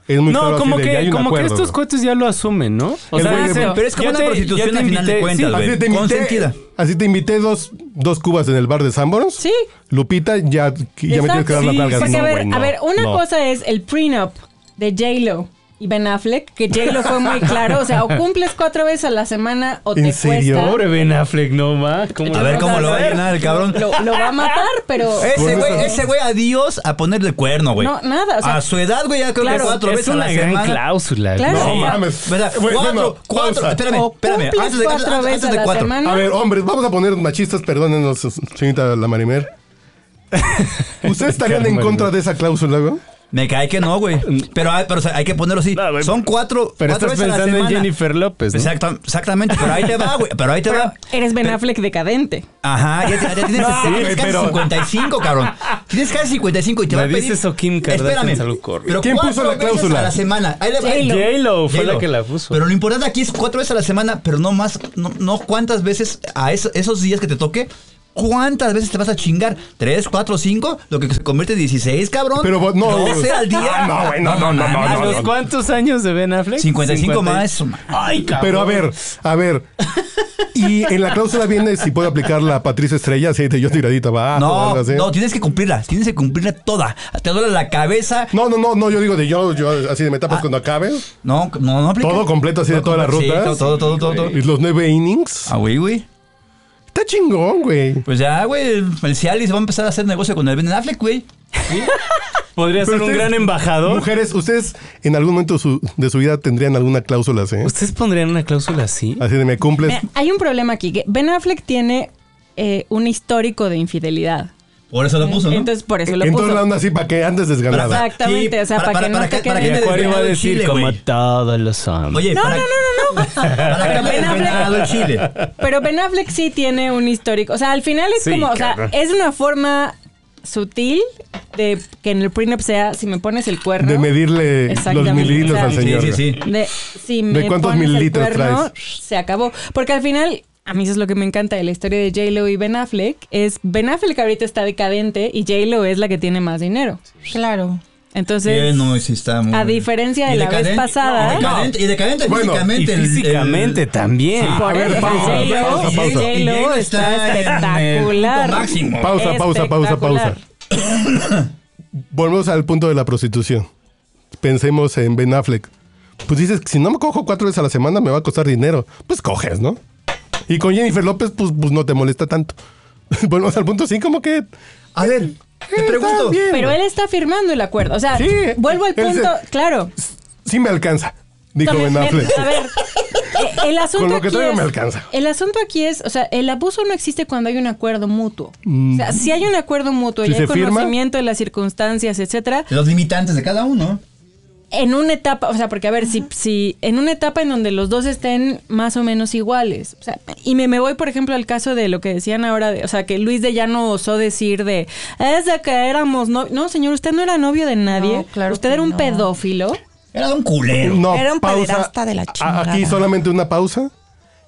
S5: es muy claro
S4: No,
S5: así
S4: como
S5: de, ya hay
S4: que,
S5: un
S4: como que
S5: acuerdo,
S4: estos
S5: güey.
S4: cohetes ya lo asumen, ¿no? O
S5: El güey de-
S4: dicen,
S6: pero es como
S4: ya
S6: una
S4: te-
S6: prostitución
S4: ya te
S6: al final de
S4: invité,
S6: cuentas,
S4: sí,
S6: güey.
S5: Así te invité,
S6: Consentida.
S5: así te invité dos, dos cubas en el bar de Sanborns.
S7: Sí.
S5: Lupita, ya, Ah. ya me tienes que dar
S7: Exacto.
S5: las
S7: Sí,
S5: nalgas.
S7: Porque a
S5: No,
S7: ver,
S5: güey, no,
S7: a ver, una
S5: no.
S7: cosa es el prenup de J-Lo y Ben Affleck, que J-Lo fue muy claro. O sea, o cumples cuatro veces a la semana o
S5: ¿En
S7: te
S5: serio?
S7: cuesta.
S4: Pobre Ben Affleck, no ma, ¿cómo
S6: A
S4: le
S6: ver
S4: vas
S6: cómo lo va a
S4: hacer?
S6: llenar el cabrón.
S7: Lo, lo va a matar, pero.
S6: [laughs] Ese
S5: Pues
S6: güey,
S5: eso-
S6: ese güey, adiós a ponerle cuerno, güey.
S7: No, nada, o sea-
S6: a su edad, güey, ya creo
S7: Claro.
S6: que cuatro
S4: Es
S6: veces a
S4: una
S6: la
S4: gran
S6: semana.
S4: cláusula.
S7: Claro.
S5: No
S6: Sí.
S5: mames.
S6: ¿Verdad?
S5: Bueno,
S6: cuatro,
S5: bueno,
S6: cuatro.
S5: pausa.
S6: Espérame,
S7: O
S6: espérame.
S7: cumples
S6: Antes de,
S7: cuatro
S6: antes-
S7: veces
S6: antes de
S7: a la
S6: cuatro.
S7: semana.
S5: A ver, hombres, vamos a poner machistas, perdónenos, señorita la Marimer.
S6: [laughs]
S5: ¿Ustedes estarían en contra de esa cláusula, güey?
S6: Me cae que no, güey. Pero, hay- pero o sea, hay que ponerlo así.
S4: No, güey.
S6: Son cuatro.
S4: Pero
S6: cuatro
S4: estás
S6: veces a la
S4: pensando en
S6: semana.
S4: Jennifer López, ¿no?
S6: Exacta- exactamente. Pero ahí te va, güey. Pero ahí te va.
S7: Eres Ben Affleck decadente.
S6: Ajá, ya, te- ya tienes, tienes
S4: güey,
S6: casi
S4: pero-
S6: 55, cabrón. Tienes casi 55 y te
S4: Me
S6: va a pedir...
S4: dices o Kim Kardashian
S6: Espérame,
S4: se lo corre.
S6: pero
S5: ¿Quién
S6: cuatro
S5: puso la
S6: veces
S5: cláusula?
S6: a la semana. Ahí le-
S4: J-Lo. J-Lo fue la que la puso.
S6: Pero lo importante aquí es cuatro veces a la semana, pero no más, no, no cuántas veces a eso- esos días que te toque ¿Cuántas veces te vas a chingar? ¿Tres, cuatro, cinco? Lo que se convierte en 16, cabrón.
S5: Pero vos- no.
S6: ¿12 al día?
S5: No, güey, no, no, no, no,
S4: ¿A
S5: no,
S4: los
S5: no.
S4: cuántos años de Ben Affleck?
S6: 55
S4: 50.
S6: más. su ma-
S4: Ay, cabrón.
S5: Pero a ver, a ver. Y en la cláusula viene si puede aplicar la Patricia Estrella, así de yo tiradita va.
S6: No, no, tienes que cumplirla. Tienes que cumplirla toda. Te duele la cabeza.
S5: no, no, no, no, yo digo de yo, yo así de me tapas
S6: Ah.
S5: cuando acabe.
S6: No, no, no aplica.
S5: Todo completo, así de toda la
S6: completo, sí,
S5: ruta.
S6: todo, todo, todo, todo.
S5: Y los nueve innings.
S6: Ah, güey, güey.
S5: Está chingón, güey.
S6: Pues ya, güey, el- el Cialis va a empezar a hacer negocio con el Ben Affleck, güey.
S4: Podría
S5: Pero
S4: ser un
S5: ustedes-
S4: gran embajador.
S5: Mujeres, ustedes en algún momento su- de su vida tendrían alguna cláusula así.
S4: ¿Ustedes pondrían una cláusula así?
S5: Así de me cumples.
S7: Mira, hay un problema aquí. Que Ben Affleck tiene eh, un histórico de infidelidad.
S6: Por eso lo puso, ¿no?
S7: Entonces, por eso lo
S5: Entonces
S7: puso.
S5: la onda así para que andes desganada.
S7: Exactamente,
S6: Sí,
S7: o sea, para, que no te
S6: para
S4: Y
S7: quede-
S6: quede
S4: Acuario va a
S6: desvelado el
S4: decir
S6: chile,
S4: como
S6: güey.
S4: todos los hombres.
S6: Oye,
S7: No,
S6: para,
S7: no, no, no, no.
S6: [laughs] para que
S7: Pero
S6: hable
S7: Ben
S6: del
S7: Affleck-
S6: venado el
S5: [laughs]
S6: chile.
S7: Pero Ben Affleck sí tiene un histórico. O sea, al final es
S4: Sí,
S7: como, o sea,
S4: cabrón.
S7: es una forma sutil de que en el prenup sea si me pones el cuerno.
S5: De medirle los
S7: Exactamente.
S5: mililitros al
S7: O sea,
S5: señor.
S6: Sí, sí, sí.
S7: de si me
S5: cuántos
S7: pones el
S5: mililitros
S7: cuerno,
S5: traes?
S7: Se acabó. Porque al final, a mí eso es lo que me encanta de la historia de J-Lo y Ben Affleck. Es Ben Affleck ahorita está decadente y J-Lo es la que tiene más dinero.
S8: Claro.
S7: Entonces,
S6: Eh, no, sí está muy-
S7: a diferencia de
S6: Y
S7: la vez
S6: decaden-
S7: pasada- ¿eh?
S6: no, decaden- Y decadente
S5: Bueno,
S4: Y
S6: físicamente. el- el-
S4: físicamente también.
S7: por
S5: ver,
S7: eso
S5: pausa,
S7: J-Lo
S5: pausa, pausa.
S7: J-Lo está
S6: en el
S7: espectacular.
S6: punto máximo.
S5: Pausa, pausa, pausa, pausa. Volvemos al punto de la prostitución. Pensemos en Ben Affleck. Pues dices, si no me cojo cuatro veces a la semana me va a costar dinero. Pues coges, ¿no? Y con Jennifer López, pues, pues no te molesta tanto. [laughs] Volvemos al punto así, como que...
S6: A ver, te
S5: eh, está
S6: pregunto.
S5: bien.
S7: Pero él está firmando el acuerdo. O sea,
S5: Sí,
S7: vuelvo al
S5: él
S7: punto,
S5: se-
S7: claro.
S5: Sí me alcanza, dijo
S7: Entonces,
S5: Ben Affleck.
S7: A
S5: [laughs]
S7: ver, eh, el asunto
S5: Con lo que
S7: aquí
S5: traigo
S7: es-
S5: me alcanza.
S7: El asunto aquí es, o sea, el abuso no existe cuando hay un acuerdo mutuo. O sea, si hay un acuerdo mutuo
S5: Mm. Si
S7: y hay
S5: se firma-
S7: conocimiento de las circunstancias, etcétera,
S6: Los limitantes de cada uno.
S7: en una etapa, o sea, porque a ver, si, si en una etapa en donde los dos estén más o menos iguales, o sea, y me, me voy, por ejemplo, al caso de lo que decían ahora, de- o sea, que Luis de Llano osó decir de, es de que éramos, no, no, señor, usted no era novio de nadie,
S8: No, claro
S7: usted
S8: que
S7: era un
S8: no.
S7: pedófilo.
S6: Era un culero.
S5: No,
S8: Era un
S5: pausa.
S8: pederasta de la
S5: A-
S8: chingada.
S5: Aquí solamente una pausa.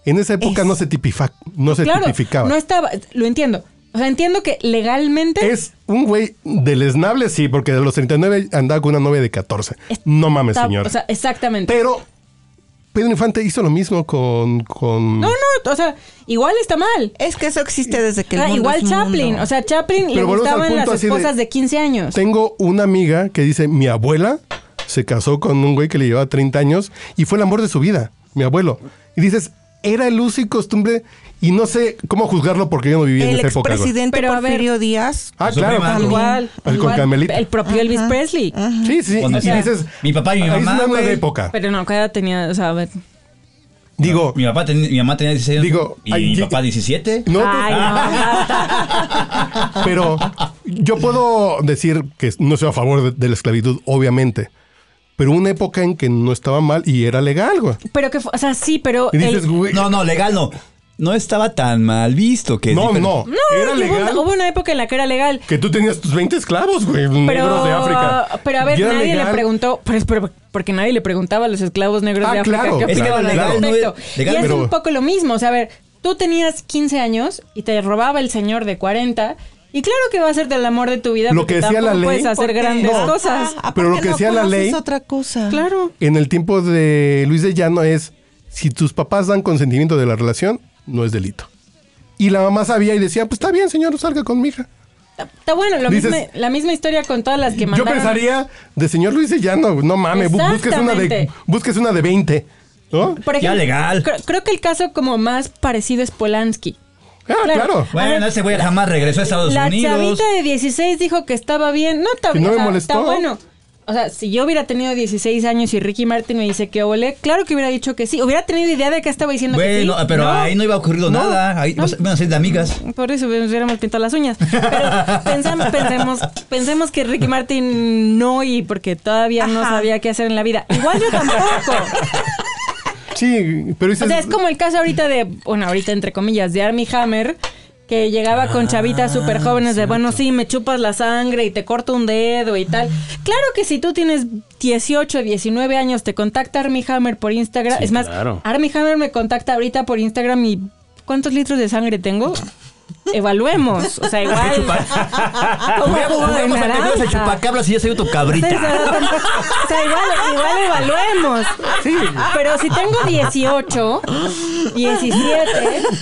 S5: En esa época no se tipifa- no se
S7: claro,
S5: tipificaba.
S7: no estaba, lo entiendo. O sea, entiendo que legalmente
S5: Es un güey deleznable, sí, porque de los 39 andaba con una novia de 14. No mames,
S7: está-
S5: señor.
S7: o sea, exactamente.
S5: Pero Pedro Infante hizo lo mismo con. con-
S7: No, no, o sea, igual está mal.
S8: Es que eso existe desde que el
S7: Ah,
S8: mundo
S7: igual
S8: es
S7: Chaplin,
S8: mundo.
S7: o sea, Chaplin le
S5: Pero volvemos al
S7: gustaban
S5: punto
S7: las
S5: así de-
S7: esposas de, 15 años.
S5: Tengo una amiga que dice: Mi abuela se casó con un güey que le llevaba 30 años y fue el amor de su vida, mi abuelo. Y dices: Era el uso y costumbre y no sé cómo juzgarlo porque yo no vivía en
S8: el
S5: esa época. güey.
S8: expresidente
S7: Pero a ver-
S8: Porfirio Díaz.
S5: Ah,
S6: Su
S5: claro.
S6: prima,
S5: con-
S7: Igual,
S5: Con
S7: igual,
S5: Carmelita.
S7: El propio Elvis Presley.
S5: Sí, sí.
S6: Cuando
S5: y
S6: hacía-
S5: dices,
S6: Mi papá y mi mamá,
S5: ahí Es una onda
S6: güey.
S5: de época.
S7: Pero no, cada tenía, o sea, a ver.
S5: Digo,
S6: Mi, papá tenía- mi mamá tenía 16 años.
S5: Digo,
S6: y
S5: ay,
S6: mi
S5: sí.
S6: papá
S5: [laughs]
S6: 17.
S5: no, pues, ah.
S7: Ay,
S5: Pero yo puedo decir que no soy a favor de, de la esclavitud, obviamente. Pero una época en que no estaba mal y era legal, güey.
S7: no. Pero que, fu- o sea, sí, pero.
S5: Y dices,
S7: el-
S5: güey.
S6: No, no, legal no. No estaba tan mal visto que. es
S5: No,
S6: diferente.
S5: no.
S7: no,
S5: era
S7: hubo-
S5: legal
S7: Hubo, una época en la que era legal.
S5: que tú tenías tus 20 esclavos, güey,
S7: Pero,
S5: negros de África.
S7: pero a ver,
S5: Y era
S7: nadie le
S5: legal.
S7: preguntó, pues, pero- porque nadie le preguntaba a los esclavos negros
S5: Ah,
S7: de África
S5: claro,
S7: qué
S5: es que
S7: opinaban
S5: era
S7: al
S5: legal,
S7: respecto.
S6: no era- legal,
S7: y es
S5: pero-
S7: un poco lo mismo, o sea, a ver, tú tenías 15 años y te robaba el señor de 40 y claro que va a ser del amor de tu vida
S5: Lo
S7: porque
S5: que decía la
S7: tampoco
S5: ley-
S7: puedes hacer
S5: Porque-
S7: grandes
S5: No.
S7: cosas.
S8: Ah,
S5: Pero lo
S8: aparte
S5: que
S8: no
S5: decía la
S8: conoces
S5: ley-
S8: otra
S6: ah.
S8: cosa.
S7: Claro.
S5: En el tiempo de Luis de Llano es, si tus papás dan consentimiento de la relación, no es delito. Y la mamá sabía y decía, pues está bien, señor, salga con mi hija.
S7: Está- Está bueno, lo
S5: Dices-
S7: mismo- la misma historia con todas las que
S5: Yo
S7: mandaron.
S5: pensaría, de señor Luis de Llano, no mames, bu- busques una de,
S7: Exactamente.
S5: busques una de 20, ¿no?
S7: Por
S6: Ya legal.
S7: Creo, creo que el caso como más parecido es Polanski.
S5: Ah,
S7: Claro.
S5: claro.
S6: Bueno, ese güey jamás regresó a Estados
S7: la
S6: Unidos.
S7: chavita de 16 dijo que estaba bien. No, está
S5: Que no
S7: o
S5: me
S7: sea,
S5: molestó.
S7: Está bueno. O sea, si yo hubiera tenido 16 años y Ricky Martin me dice que ole, claro que hubiera dicho que sí. Hubiera tenido idea de que estaba diciendo que sí.
S6: Bueno, pero ahí no iba ocurrido nada. Ahí vas- van a ser de amigas.
S7: Por eso nos hubiéramos pintado las uñas. Pero
S6: [laughs]
S7: pensam- pensemos, pensemos que Ricky Martin no y porque todavía no sabía qué hacer en la vida. Igual yo tampoco.
S5: Sí, pero dices,
S7: O sea, es como el caso ahorita de, bueno, ahorita entre comillas, de Army Hammer, que llegaba con chavitas súper jóvenes de, bueno, sí, me chupas la sangre y te corto un dedo y tal. Claro que si tú tienes 18, 19 años, te contacta Army Hammer por Instagram.
S4: Sí,
S7: es más,
S4: claro.
S7: Army Hammer me contacta ahorita por Instagram y ¿cuántos litros de sangre tengo? evaluemos. O sea, igual. como jugo de
S6: Vamos a terminar de
S7: naranja.
S6: chupacabras y ya se dio tu cabrita.
S7: O sea, igual, igual evaluemos. Pero si tengo 18, 17,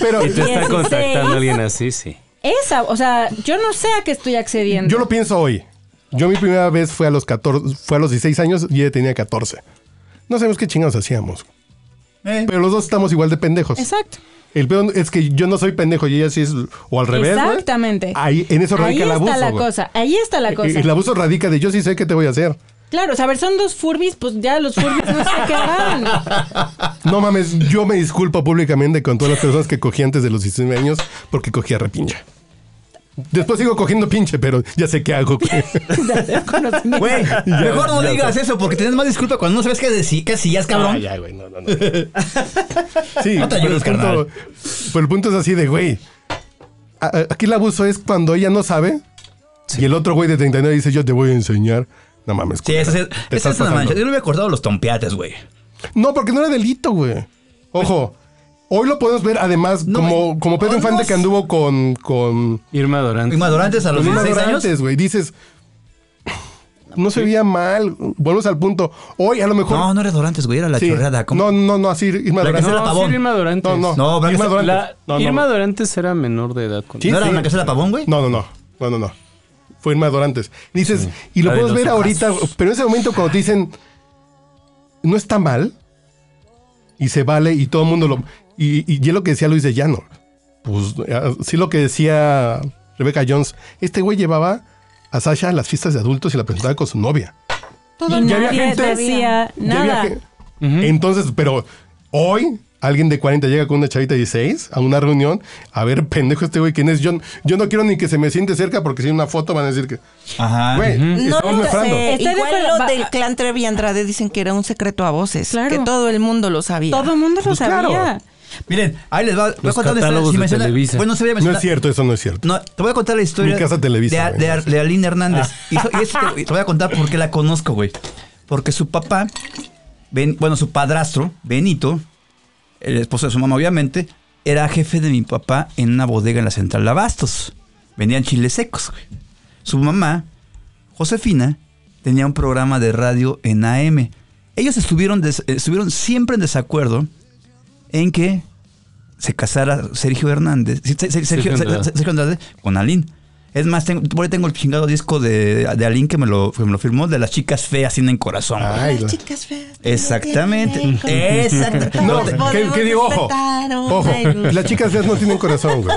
S5: Pero
S4: Y te está
S7: 16.
S4: contactando alguien así, sí.
S7: esa, o sea, yo no sé a qué estoy accediendo.
S5: yo lo pienso hoy. Yo mi primera vez fue a los 14, fue a los 16 años y ella tenía 14. No sabemos qué chingados hacíamos.
S6: Eh,
S5: Pero los dos estamos igual de pendejos.
S7: Exacto.
S5: El peor es que yo no soy pendejo y ella sí es, o al revés. güey.
S7: Exactamente.
S5: Ahí, en eso
S7: Ahí
S5: radica el
S7: está
S5: abuso.
S7: la
S5: güey.
S7: cosa. Ahí está la cosa.
S5: El abuso radica de yo sí sé qué te voy a hacer.
S7: Claro, o sea, a ver, son dos furbis, pues ya los furbis no se quedan.
S5: No mames, yo me disculpo públicamente con todas las personas que cogí antes de los 19 años porque cogía repincha. Después sigo cogiendo pinche, pero ya sé
S6: [laughs]
S5: qué hago. güey. [laughs]
S6: Güey, mejor no digas eso porque tienes más disculpa cuando no sabes qué decir, qué sillas,
S5: Ah,
S6: cabrón.
S5: ya, güey, no, no, no. Sí,
S6: No te
S5: pero,
S6: ayudes,
S5: el
S6: carnal.
S5: punto, pero el punto es así de, güey, a- a- aquí el abuso es cuando ella no sabe y el otro güey de 39 dice, yo te voy a enseñar. No mames.
S6: Sí,
S5: culera,
S6: esa es,
S5: te
S6: esa
S5: estás
S6: es una
S5: pasando.
S6: mancha. Yo le hubiera acordado los tompeates, güey.
S5: No, porque no era delito, güey. Ojo, hoy lo podemos ver además
S6: No,
S5: como, como Pedro
S6: no,
S5: Infante
S6: no.
S5: que anduvo con... con
S4: Irma Dorante.
S6: Y madurantes a los
S5: Con
S6: 16 años.
S5: ignorantes, güey. Dices, no se veía mal. Volvemos al punto. Hoy a lo mejor.
S6: No, no era Dorantes, güey, era la
S5: Sí.
S6: chorreada. ¿Cómo?
S5: No, no, no, así Irma
S6: La que
S5: Durante.
S6: se la
S4: No,
S6: Pavón.
S4: sí, Irma Dorantes.
S5: No, no.
S6: No, Blanca-
S5: Irma Durante.
S4: La-
S5: No, no.
S4: Irma Dorantes era menor de edad. cuando-
S5: Sí,
S6: ¿No era
S5: sí.
S6: Ana Casela Pavón, güey?
S5: No, no, no. No, no, no. Fue Irma Dorantes. Dices, y lo
S6: La de
S5: puedes
S6: los
S5: ver
S6: ojazos.
S5: ahorita, pero en ese momento cuando te dicen, no está mal, y se vale, y todo el mundo lo... Y, y, y es lo que decía Luis de Llano. Pues eh, sí lo que decía Rebecca Jones. Este güey llevaba a Sasha a las fiestas de adultos y la presentaba con su novia.
S7: Y
S5: Ya había
S7: nadie
S5: gente-
S7: decía
S5: Ya había
S7: nada.
S5: que- Entonces, pero hoy alguien de 40 llega con una chavita de 16 a una reunión. A ver, pendejo este güey, ¿quién es? Yo, yo no quiero ni que se me siente cerca porque si hay una foto van a decir que...
S6: Ajá.
S5: Güey,
S8: No
S5: estamos
S8: lo
S5: mejorando.
S8: sé.
S7: Estoy de
S8: Igual
S7: acuerdo.
S8: lo
S7: Va-
S8: del clan Trevi Andrade dicen que era un secreto a voces.
S7: Claro.
S8: Que todo el mundo lo sabía.
S7: Todo el mundo lo
S5: Pues
S7: sabía.
S5: claro.
S6: Miren, ahí les va. Voy a
S4: Los
S6: contar una historia.
S4: catálogos
S6: si
S4: de
S6: menciona-
S4: Televisa.
S6: Bueno, no se había
S5: No
S6: mencionado.
S5: es cierto, eso no es cierto.
S6: No, te voy a contar la historia.
S5: Mi casa Televisa,
S6: De,
S5: güey.
S6: de, de Aline Hernández. Y, so- y es- te, te voy a contar por qué la conozco, güey. Porque su papá, Ben- bueno, su padrastro, Benito, el esposo de su mamá, obviamente, era jefe de mi papá en una bodega en la central de Abastos. Vendían chiles secos, güey. Su mamá, Josefina, tenía un programa de radio en AM. Ellos estuvieron, des- eh, estuvieron siempre en desacuerdo en que se casara Sergio Hernández, sí, se- se- Sergio,
S4: Sergio Andrade.
S6: se- se- Sergio Andrade con Aline. Es más, tengo, por ahí tengo el chingado disco de, de Aline que me, lo, que me lo firmó, de las chicas feas sin en corazón. güey.
S5: Ay, la-
S8: Chicas feas.
S6: Exactamente.
S8: Exactamente.
S5: No, ¿qué, qué digo? Ojo. Ojo. Las chicas feas no tienen corazón, güey.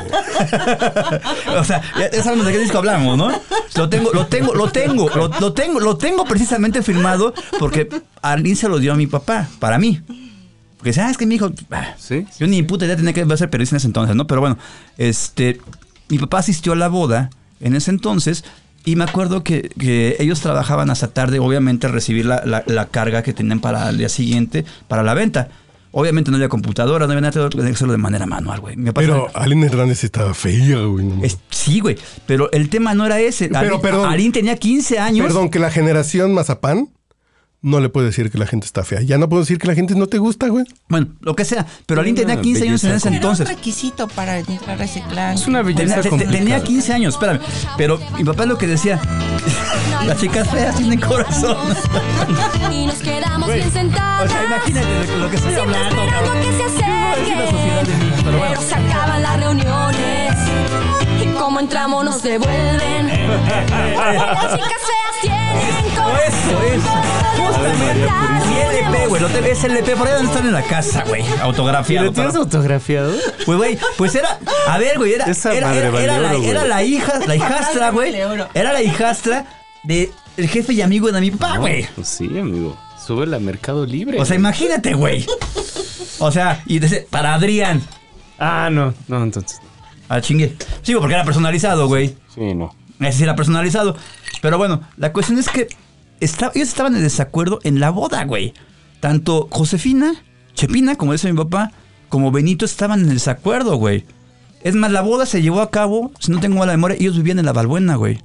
S6: O sea, ya, ya sabemos de qué disco hablamos, ¿no? Lo tengo, lo tengo, lo tengo, lo, lo tengo, lo tengo precisamente firmado porque Arlene se lo dio a mi papá, para mí. Porque dice, ah, es que mi hijo. ah,
S4: Sí,
S6: Yo ni puta idea tenía que ser periodista en ese entonces, ¿no? Pero bueno, este. Mi papá asistió a la boda en ese entonces. Y me acuerdo que, que ellos trabajaban hasta tarde, obviamente, recibir la, la- la carga que tenían para el día siguiente, para la venta. Obviamente no había computadora, no había nada, tenía que hacerlo de manera manual, güey. Mi papá
S5: Pero Aline Hernández estaba fea, güey. no mames.
S6: es- sí, güey. Pero el tema no era ese.
S5: Pero,
S6: Arín-
S5: perdón.
S6: Arín tenía 15 años.
S5: Perdón, que la generación Mazapán no le puede decir que la gente está fea. Ya no puedo decir que la gente no te gusta, güey.
S6: Bueno, lo que sea. Pero Arín tenía
S4: Una
S6: 15 años en
S4: belleza
S6: ese entonces.
S8: Era un requisito para entrar a ese clan.
S4: Es una
S6: Tenía,
S4: belleza
S6: te- te-
S4: complicada.
S6: tenía 15 años, espérame. Pero mi papá lo que decía, las chicas feas tienen corazón.
S9: Y nos quedamos
S6: Güey,
S9: bien
S6: O
S9: sentadas.
S6: sea, imagínate de lo que estoy
S9: Siempre
S6: hablando.
S9: esperando
S6: cabrón.
S9: que se
S6: Es una sociedad de
S9: acerquen.
S6: mí, pero
S9: Pero,
S6: bueno.
S9: se acaban las reuniones. Y como entramos nos devuelven.
S6: Eh,
S9: Las chicas feas tienen corazón.
S6: Eso, eso.
S9: Justamente.
S6: Y LP, güey. Lo te- Es LP, por ahí donde están en la casa, güey.
S4: ¿Y
S6: Autografiado.
S4: lo tienes
S6: pero-
S4: autografiado?
S6: Pues, güey, pues era. A ver, güey, era.
S4: Esa
S6: era,
S4: madre
S6: era-
S4: vale
S6: era la,
S4: oro, güey.
S6: era la hija, la hijastra, güey.
S8: Vale oro.
S6: Era la hijastra de el jefe y amigo de mi papá, güey.
S4: Pues sí, amigo. Súbela a Mercado Libre.
S6: O sea, imagínate, güey. O sea, y dice, para Adrián.
S4: ah, no. No, entonces.
S6: Ah, chingue. Sigo porque era personalizado, güey.
S4: Sí, no.
S6: Ese sí era personalizado. Pero bueno, la cuestión es que esta- ellos estaban en desacuerdo en la boda, güey. Tanto Josefina, Chepina, como dice mi papá, como Benito estaban en desacuerdo, güey. Es más, la boda se llevó a cabo, si no tengo mala memoria, ellos vivían en la Balbuena, güey.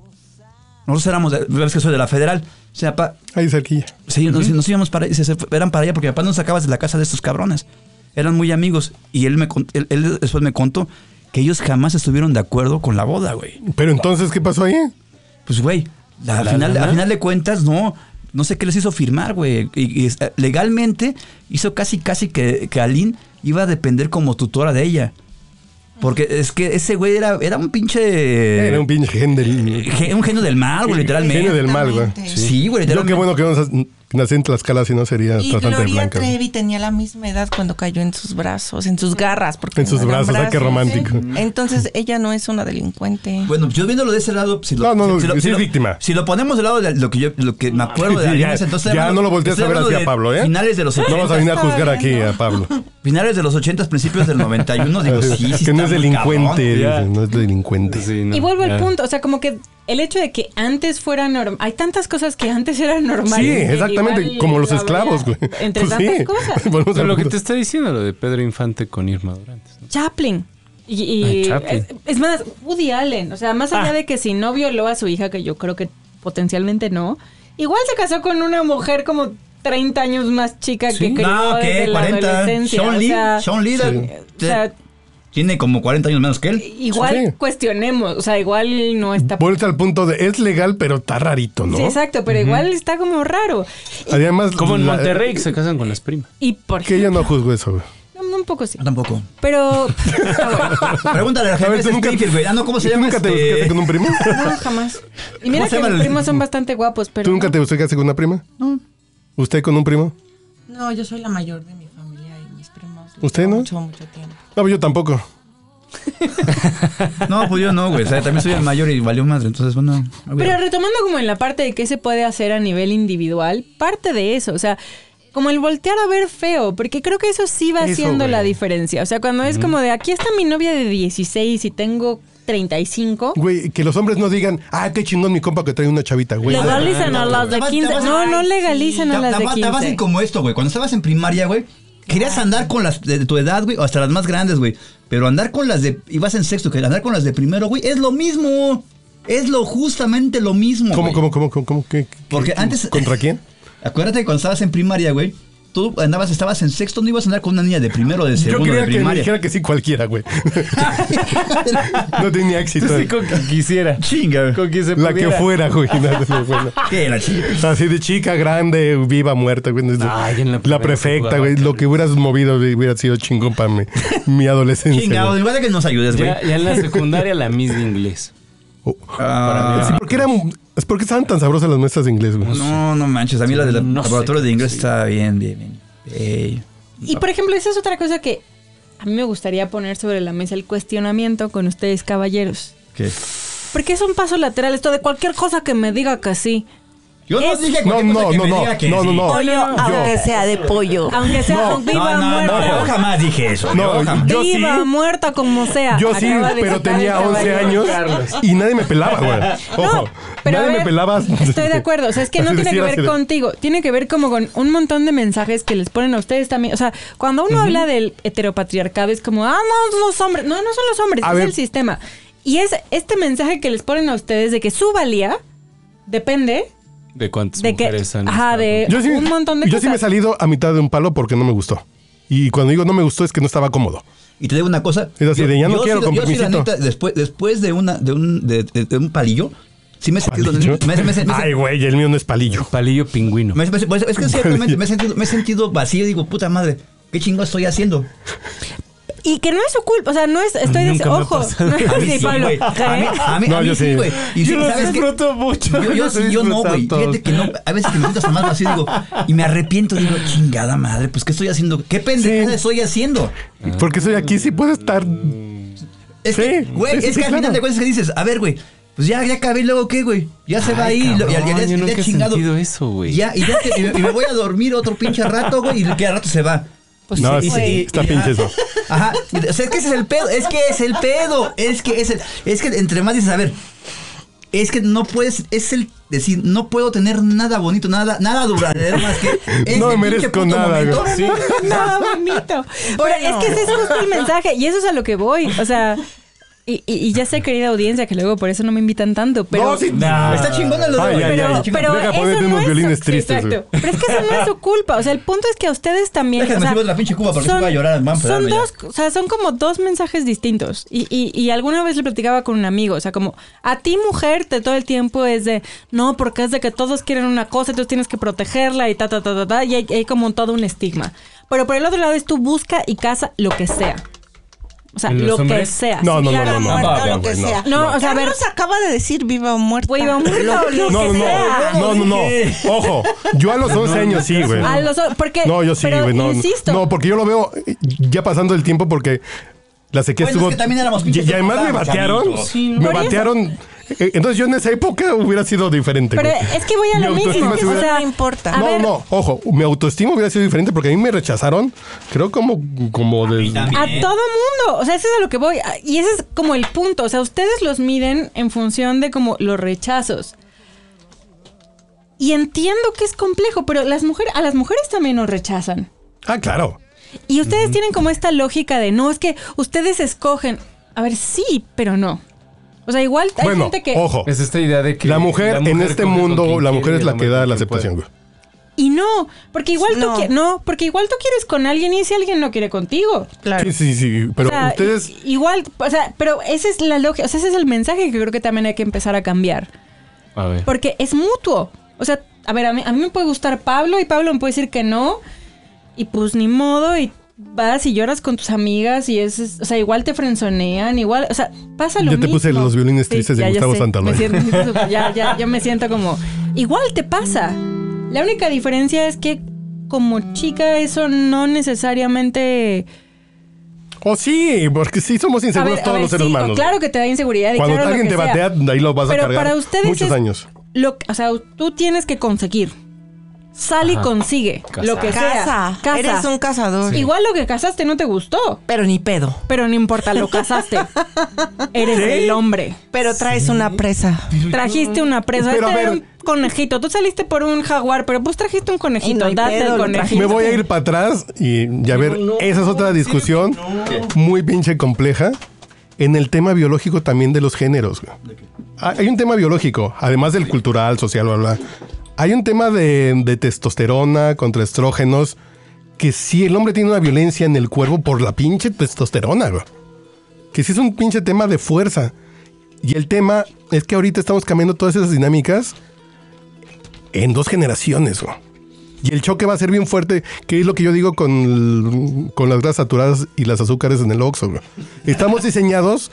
S6: Nosotros éramos, de- ves que soy de la Federal. O sea, pa-
S5: Ahí cerquilla.
S6: Sí, nos, nos íbamos para se- se- eran para allá porque mi papá nos sacabas de la casa de estos cabrones. Eran muy amigos y él me con- él, él después me contó que ellos jamás estuvieron de acuerdo con la boda, güey.
S5: Pero entonces, ¿qué pasó ahí?
S6: Pues, güey, la- al
S4: ¿La
S6: final,
S4: lana?
S6: al final de cuentas, no. No sé qué les hizo firmar, güey. Y, y, eh, legalmente hizo casi, casi que, que Aline iba a depender como tutora de ella. Porque es que ese güey era, era un pinche. eh,
S5: Era un pinche gen del...
S6: ge- un genio del mal, güey, literalmente.
S5: Genio del mal, güey.
S8: Exactamente.
S6: Sí, güey,
S5: Yo qué
S6: literalmente.
S5: bueno que no nas- nací en Tlaxcala si no sería
S8: Y
S5: tratante de
S8: Gloria
S5: blanca.
S8: Trevi tenía la misma edad cuando cayó en sus brazos, en sus garras. Porque
S5: En sus
S8: no eran
S5: brazos, ay, qué romántico.
S8: Entonces ella no es una delincuente.
S6: Bueno, yo viéndolo de ese lado, si lo,
S5: No, no, no,
S6: si, lo-
S5: sí
S6: si
S5: es
S6: lo-
S5: víctima. Ah,
S6: Si lo ponemos del lado de lo que yo lo que me acuerdo de
S5: Sí,
S6: Aline,
S5: ya,
S6: es entonces
S5: ya
S6: hablando-
S5: no lo voltees
S6: estoy
S5: a ver
S6: hablando
S5: hacia
S6: de
S5: Pablo, ¿eh?
S6: Finales de los
S5: No
S6: 70.
S5: vas a venir a
S8: Estaba
S5: juzgar aquí
S8: viendo.
S5: a Pablo.
S6: Finales de los 80, principios del 91, digo,
S5: [laughs]
S6: sí, sí
S5: que no
S6: está muy
S5: es delincuente,
S6: cabrón.
S5: dice,
S4: ya.
S5: no es delincuente.
S7: Y vuelvo al punto, o sea, como que el hecho de que antes fuera normal, hay tantas cosas que antes eran normales.
S5: Sí,
S7: que
S5: exactamente,
S7: igual
S5: como los
S7: lo
S5: esclavos, güey.
S7: habría Entre
S5: Pues
S7: tantas
S5: [laughs] sí.
S7: cosas.
S5: Volvemos
S4: Pero
S5: al
S4: lo que
S5: punto.
S4: te está diciendo lo de Pedro Infante con Irma Durantes. ¿no?
S7: Chaplin. Y, y-
S4: Ay, Chaplin.
S7: Es, es más, Woody Allen. O sea, más allá
S4: Ah.
S7: de que si no violó a su hija, que yo creo que potencialmente no, igual se casó con una mujer como 30 años más chica
S4: Sí.
S7: que crió
S6: No,
S7: desde
S6: ¿qué?
S7: la
S6: 40.
S7: adolescencia.
S6: Sean
S7: o
S6: Lee,
S7: sea,
S6: Sean Lee,
S7: eh, o sea,
S6: tiene como 40 años menos que él.
S7: igual
S5: Sí.
S7: cuestionemos. O sea, igual no está.
S5: Vuelta al punto de, es legal, pero está rarito, ¿no?
S7: Sí, exacto, pero igual está como raro.
S5: Además,
S4: Como en
S5: la-
S4: Monterrey, que se casan con las primas.
S7: Y por
S5: Que yo no juzgo eso, güey.
S7: No, no, un poco sí.
S6: Yo tampoco.
S7: Pero. está bueno.
S6: Pregúntale a
S5: Ah. A ver,
S6: Javier
S5: ¿tú nunca,
S6: Springfield, güey. Ah, no, ¿cómo se
S5: ¿tú
S6: llama?
S5: nunca te
S6: este?
S5: buscaste con un
S7: [laughs]
S5: primo?
S7: No, jamás. Y mira
S6: ¿Cómo se
S7: que
S6: llama
S7: mis
S6: el-
S7: primos son bastante guapos, pero.
S5: ¿Tú nunca te buscaste con una prima? No. ¿Usted con un primo?
S8: No, yo soy la mayor de mi familia y mis primos. los
S5: ¿Usted
S8: llevo
S5: no?
S8: Mucho, mucho tiempo.
S5: No, yo tampoco.
S6: No, pues yo no, güey. O sea, también soy el mayor y valió madre. Entonces, bueno. ah, güey.
S7: Pero retomando como en la parte de qué se puede hacer a nivel individual, parte de eso, o sea, como el voltear a ver feo, porque creo que eso sí va
S5: Eso,
S7: haciendo la
S5: güey.
S7: diferencia. O sea, cuando es como de aquí está mi novia de 16 y tengo 35.
S5: Güey, que los hombres no digan, ah, qué chingón mi compa que trae una chavita, güey.
S7: Legalizan a las de
S6: Te vas- te
S7: 15.
S6: vas-
S7: No, no legalizan
S6: Te-
S7: a las
S6: te
S7: de
S6: vas- te vas en
S7: 15.
S6: como esto, güey. Cuando estabas en primaria, güey, querías andar con las de tu edad, güey, o hasta las más grandes, güey. Pero andar con las de. Ibas en sexto, que andar con las de primero, güey, es lo mismo. Es lo justamente lo mismo.
S5: ¿Cómo,
S6: güey.
S5: cómo, cómo, cómo, cómo? ¿Qué, qué-
S6: Porque
S5: qué-
S6: antes.
S5: ¿Contra quién?
S6: Acuérdate que cuando estabas en primaria, güey. Tú andabas, estabas en sexto, no ibas a andar con una niña de primero, de
S5: [laughs] Yo
S6: segundo, de
S5: creía que me
S6: primaria.
S5: dijera que sí cualquiera, güey. [laughs] no tenía éxito.
S4: con que quisiera.
S6: Chinga, güey.
S4: que se
S5: La que fuera, güey. [laughs] No, no, bueno.
S6: ¿Qué era, chinga?
S5: Así de chica, grande, viva, muerta, güey.
S4: Ay, en la primera
S5: prefecta,
S4: jugada,
S5: güey.
S4: güey.
S5: Lo que hubieras movido güey, hubiera sido chingón para mí. Mi adolescencia.
S6: Chinga,
S5: güey.
S6: igual de que nos ayudes, güey.
S4: Ya, ya en la secundaria la Miss de inglés.
S5: Oh.
S6: Ah,
S5: Sí, ¿Por qué eran- es porque estaban tan sabrosas las mesas de inglés, güey?
S6: no, no manches. A mí la de la
S4: No sé
S6: laboratorio de
S4: cómo
S6: inglés
S4: se
S6: está bien, bien, bien. Ey.
S7: Y por ejemplo, esa es otra cosa que a mí me gustaría poner sobre la mesa el cuestionamiento con ustedes, caballeros.
S6: ¿Qué?
S7: Porque es un paso lateral esto de cualquier cosa que me diga que sí.
S6: Yo no
S7: Es-
S6: dije
S5: No,
S6: cualquier cosa
S5: no,
S6: que
S5: no,
S6: me
S5: no,
S6: diga que
S5: no,
S6: sí.
S5: no, no.
S8: Pollo,
S7: no, no.
S8: aunque sea de pollo.
S7: Aunque sea viva
S6: no, no,
S7: muerta.
S6: yo jamás dije eso.
S5: No,
S6: yo jamás.
S5: yo sí.
S7: viva muerta como sea.
S5: Yo sí,
S7: Acaba de
S5: pero
S7: citar el
S5: tenía 11
S7: caballero
S5: años
S7: Carlos.
S5: y nadie me pelaba, güey. Ojo,
S7: No, pero a
S5: nadie me
S7: ver,
S5: pelaba.
S7: Estoy de acuerdo, o sea,
S5: [laughs]
S7: es que no
S5: Así
S7: tiene que
S5: decía, así
S7: ver
S5: de-
S7: contigo, tiene que ver como con un montón de mensajes que les ponen a ustedes también. O sea, cuando uno habla del heteropatriarcado es como, ah, no, los hombres, no, no son los hombres,
S5: A
S7: es
S5: ver.
S7: el sistema. Y es este mensaje que les ponen a ustedes de que su valía depende
S4: ¿De cuántas
S7: de que,
S4: mujeres han
S7: ajá,
S4: estado?
S7: de
S5: Yo sí,
S7: un montón de
S5: yo
S7: cosas.
S5: sí me he salido a mitad de un palo porque no me gustó. Y cuando digo no me gustó es que no estaba cómodo.
S6: Y te digo una cosa.
S5: Es así de, ya no quiero
S6: sí-
S5: con
S6: yo sí, la
S5: permisito.
S6: neta, después, después de una, de un, de, de- de un palillo, sí me he sentido.
S5: ¿Palillo?
S6: me- me- me- me-
S5: Ay, güey, el mío no es palillo.
S4: Palillo pingüino.
S6: me- me- pues, es que ciertamente me he sentido, me he sentido vacío y digo, puta madre, ¿qué chingo estoy haciendo?
S7: Y que no es su culpa, o sea, no es,
S4: Nunca
S7: estoy
S4: me
S7: diciendo,
S4: ha
S7: ojo,
S4: pasado.
S7: [laughs] no
S6: A
S7: es
S6: mí
S7: sí,
S6: sí,
S7: Pablo. ¿Eh?
S6: güey. A mí, a mí,
S5: No,
S6: a mí
S5: yo
S6: sí,
S5: sí.
S6: güey. Y sí, ¿sabes qué?
S4: [laughs] mucho.
S6: Yo, yo,
S4: los
S6: sí, yo no, güey.
S4: disfruto
S6: Fíjate que
S4: todos.
S6: no. A veces que me siento hasta más vacío digo, y me arrepiento, digo, chingada madre, pues ¿qué estoy haciendo? ¿Qué pendejada
S5: Sí.
S6: estoy haciendo?
S5: Porque soy aquí, sí puedo estar.
S6: Es
S5: Sí,
S6: que, güey,
S5: sí, sí,
S6: es que al
S5: claro.
S6: final de cuentas que dices, a ver, güey, pues ya, ya acabé, luego qué, güey. Ya se va ahí, y lo- y al- y al-
S4: cabrón,
S6: y
S4: yo
S6: al-
S4: nunca
S6: ya
S4: he
S6: chingado.
S4: sentido eso, güey.
S6: Ya, y ya que- y me- y me voy a dormir otro pinche rato, güey, y que al rato se va.
S7: Pues
S5: no,
S7: sí,
S5: es-
S7: güey.
S5: está
S6: y-
S5: pinche eso.
S6: Ajá. O sea, es que ese es el pedo, es que es el pedo, es que es el, es que entre más dices, a ver, es que no puedes, es el decir, no puedo tener nada bonito, nada, nada duradero más que este
S5: No me
S6: pinche
S5: merezco
S6: puto
S5: nada, güey.
S6: momento.
S7: [laughs] No, bonito. Pero es que ese es justo el mensaje y eso es a lo que voy. O sea, Y, y- y ya sé, querida audiencia, que luego por eso no me invitan tanto, pero...
S5: no, sí.
S6: Está chingón el
S5: Ay,
S6: de hoy.
S5: ya, ya,
S7: Pero,
S5: ya.
S6: Chingón.
S7: pero
S5: Deja
S7: eso
S5: ponerte
S7: no
S5: unos
S7: es su-
S5: violines
S7: sí,
S5: tristes,
S7: exacto.
S5: güey.
S7: Pero es que eso no es su culpa. O sea, el punto es que a ustedes también.
S6: Déjame
S7: o sea,
S6: subir la pinche cuba porque se va a llorar, man, pero
S7: son
S6: ya.
S7: dos, o sea, son como dos mensajes distintos. Y, y, y alguna vez le platicaba con un amigo. O sea, como a ti, mujer, te todo el tiempo es de no, porque es de que todos quieren una cosa, entonces tienes que protegerla y ta, ta, ta, ta, ta. Y hay, hay como todo un estigma. Pero por el otro lado es tú busca y casa lo que sea. O sea,
S4: ¿Y los
S7: lo que
S4: hombres?
S7: sea.
S5: No, no, no,
S8: Viva
S5: no,
S8: o
S5: no.
S8: muerta,
S6: no,
S8: lo que
S5: güey, no.
S8: sea.
S7: No, o sea, a ver-
S8: Carlos acaba de decir viva o muerta.
S7: Güey, va muerto, lo,
S5: No,
S7: que sea.
S5: no, no, no, no,
S6: ¿Qué?
S5: no. Ojo, yo a los 12 años sí, güey.
S7: A los o- porque
S5: No, yo sí,
S7: pero
S5: güey. No,
S7: insisto.
S5: no, porque yo lo veo eh, ya pasando el tiempo porque la sequía
S6: Bueno, es
S5: estuvo.
S6: que también éramos
S5: y,
S6: pinches
S5: y además me
S6: chavitos.
S5: batearon.
S6: Sí,
S5: Me
S7: Por eso.
S5: batearon. eh, Entonces yo en esa época hubiera sido diferente.
S7: Pero
S5: güey.
S7: es que voy a
S5: Mi
S7: lo mismo.
S5: autoestima se
S7: O
S5: hubiera-
S7: sea,
S8: No importa.
S7: A
S5: no,
S7: ver,
S5: no, ojo, mi autoestima hubiera sido diferente porque a mí me rechazaron, creo como, como de...
S7: A todo mundo. O sea, eso es a lo que voy. A- Y ese es como el punto. O sea, ustedes los miden en función de como los rechazos. Y entiendo que es complejo, pero las mujeres, a las mujeres también nos rechazan.
S5: Ah, claro.
S7: Y ustedes tienen como esta lógica de no, es que ustedes escogen. A ver, sí, pero no. O sea, igual hay
S5: bueno,
S7: gente que.
S5: ojo,
S4: Es esta idea de que
S5: la mujer, en
S4: coge
S5: este
S4: con
S5: mundo,
S4: quien
S5: la
S4: quiere
S5: mujer
S4: y
S5: es
S4: el
S5: la
S4: hombre
S5: que da
S4: con
S5: la
S4: quien puede.
S5: aceptación, güey.
S7: Y no, porque igual
S8: No.
S7: tú qui- no, porque igual tú quieres con alguien y si alguien no quiere contigo.
S8: Claro.
S5: Sí, sí, sí, pero
S7: O sea,
S5: ustedes...
S7: i- Igual, o sea, pero esa es la lógica, o sea, ese es el mensaje que creo que también hay que empezar a cambiar.
S4: A ver.
S7: Porque es mutuo. O sea, a ver, a mí, a mí me puede gustar Pablo y Pablo me puede decir que no. Y pues ni modo, y vas y lloras con tus amigas y es, es- o sea, igual te frenzonean, igual, o sea, pasa lo
S5: Ya te
S7: mismo.
S5: puse los violines tristes de
S7: ya, ya
S5: Gustavo
S7: sé.
S5: Santaolalla.
S7: Me siento- me siento- ya, ya, yo me siento como, igual te pasa. La única diferencia es que como chica eso no necesariamente...
S5: O oh, sí, porque sí somos [laughs]
S7: A
S5: inseguros
S7: ver, a
S5: todos
S7: ver,
S5: los seres
S7: sí,
S5: humanos.
S7: Claro que te da inseguridad. y
S5: Cuando
S7: claro lo
S5: alguien
S7: que
S5: te
S7: sea.
S5: batea, ahí lo vas a
S7: Pero
S5: cargar
S7: para ustedes
S5: muchos
S7: es
S5: años.
S7: Lo, o sea, tú tienes que conseguir. Sal y
S4: Ajá.
S7: consigue.
S4: Casa.
S7: Lo que
S8: Casa.
S7: sea. Casa.
S8: Eres un cazador.
S7: Igual lo que casaste no te gustó.
S8: Pero ni pedo.
S7: Pero no importa, lo
S8: [laughs]
S7: casaste. Eres el hombre.
S8: Pero traes una presa.
S7: Trajiste una presa.
S5: Pero,
S7: este
S5: a
S7: era
S5: ver.
S7: un conejito. Tú saliste por un jaguar, pero pues trajiste un
S8: Y
S7: conejito.
S8: no hay
S7: Date
S8: pedo,
S7: el
S8: lo
S7: conejito.
S5: Me voy a ir para atrás y ya ver, esa es otra discusión muy pinche compleja en el tema biológico también de los géneros. güey. Ah, Hay un tema biológico, además del cultural, social, bla, bla. Hay un tema de, de testosterona contra estrógenos que sí el hombre tiene una violencia en el cuerpo por la pinche testosterona, güey. que sí es un pinche tema de fuerza. Y el tema es que ahorita estamos cambiando todas esas dinámicas en dos generaciones, güey. Y el choque va a ser bien fuerte, que es lo que yo digo con, el- con las grasas saturadas y las azúcares en el Oxxo. güey. Estamos diseñados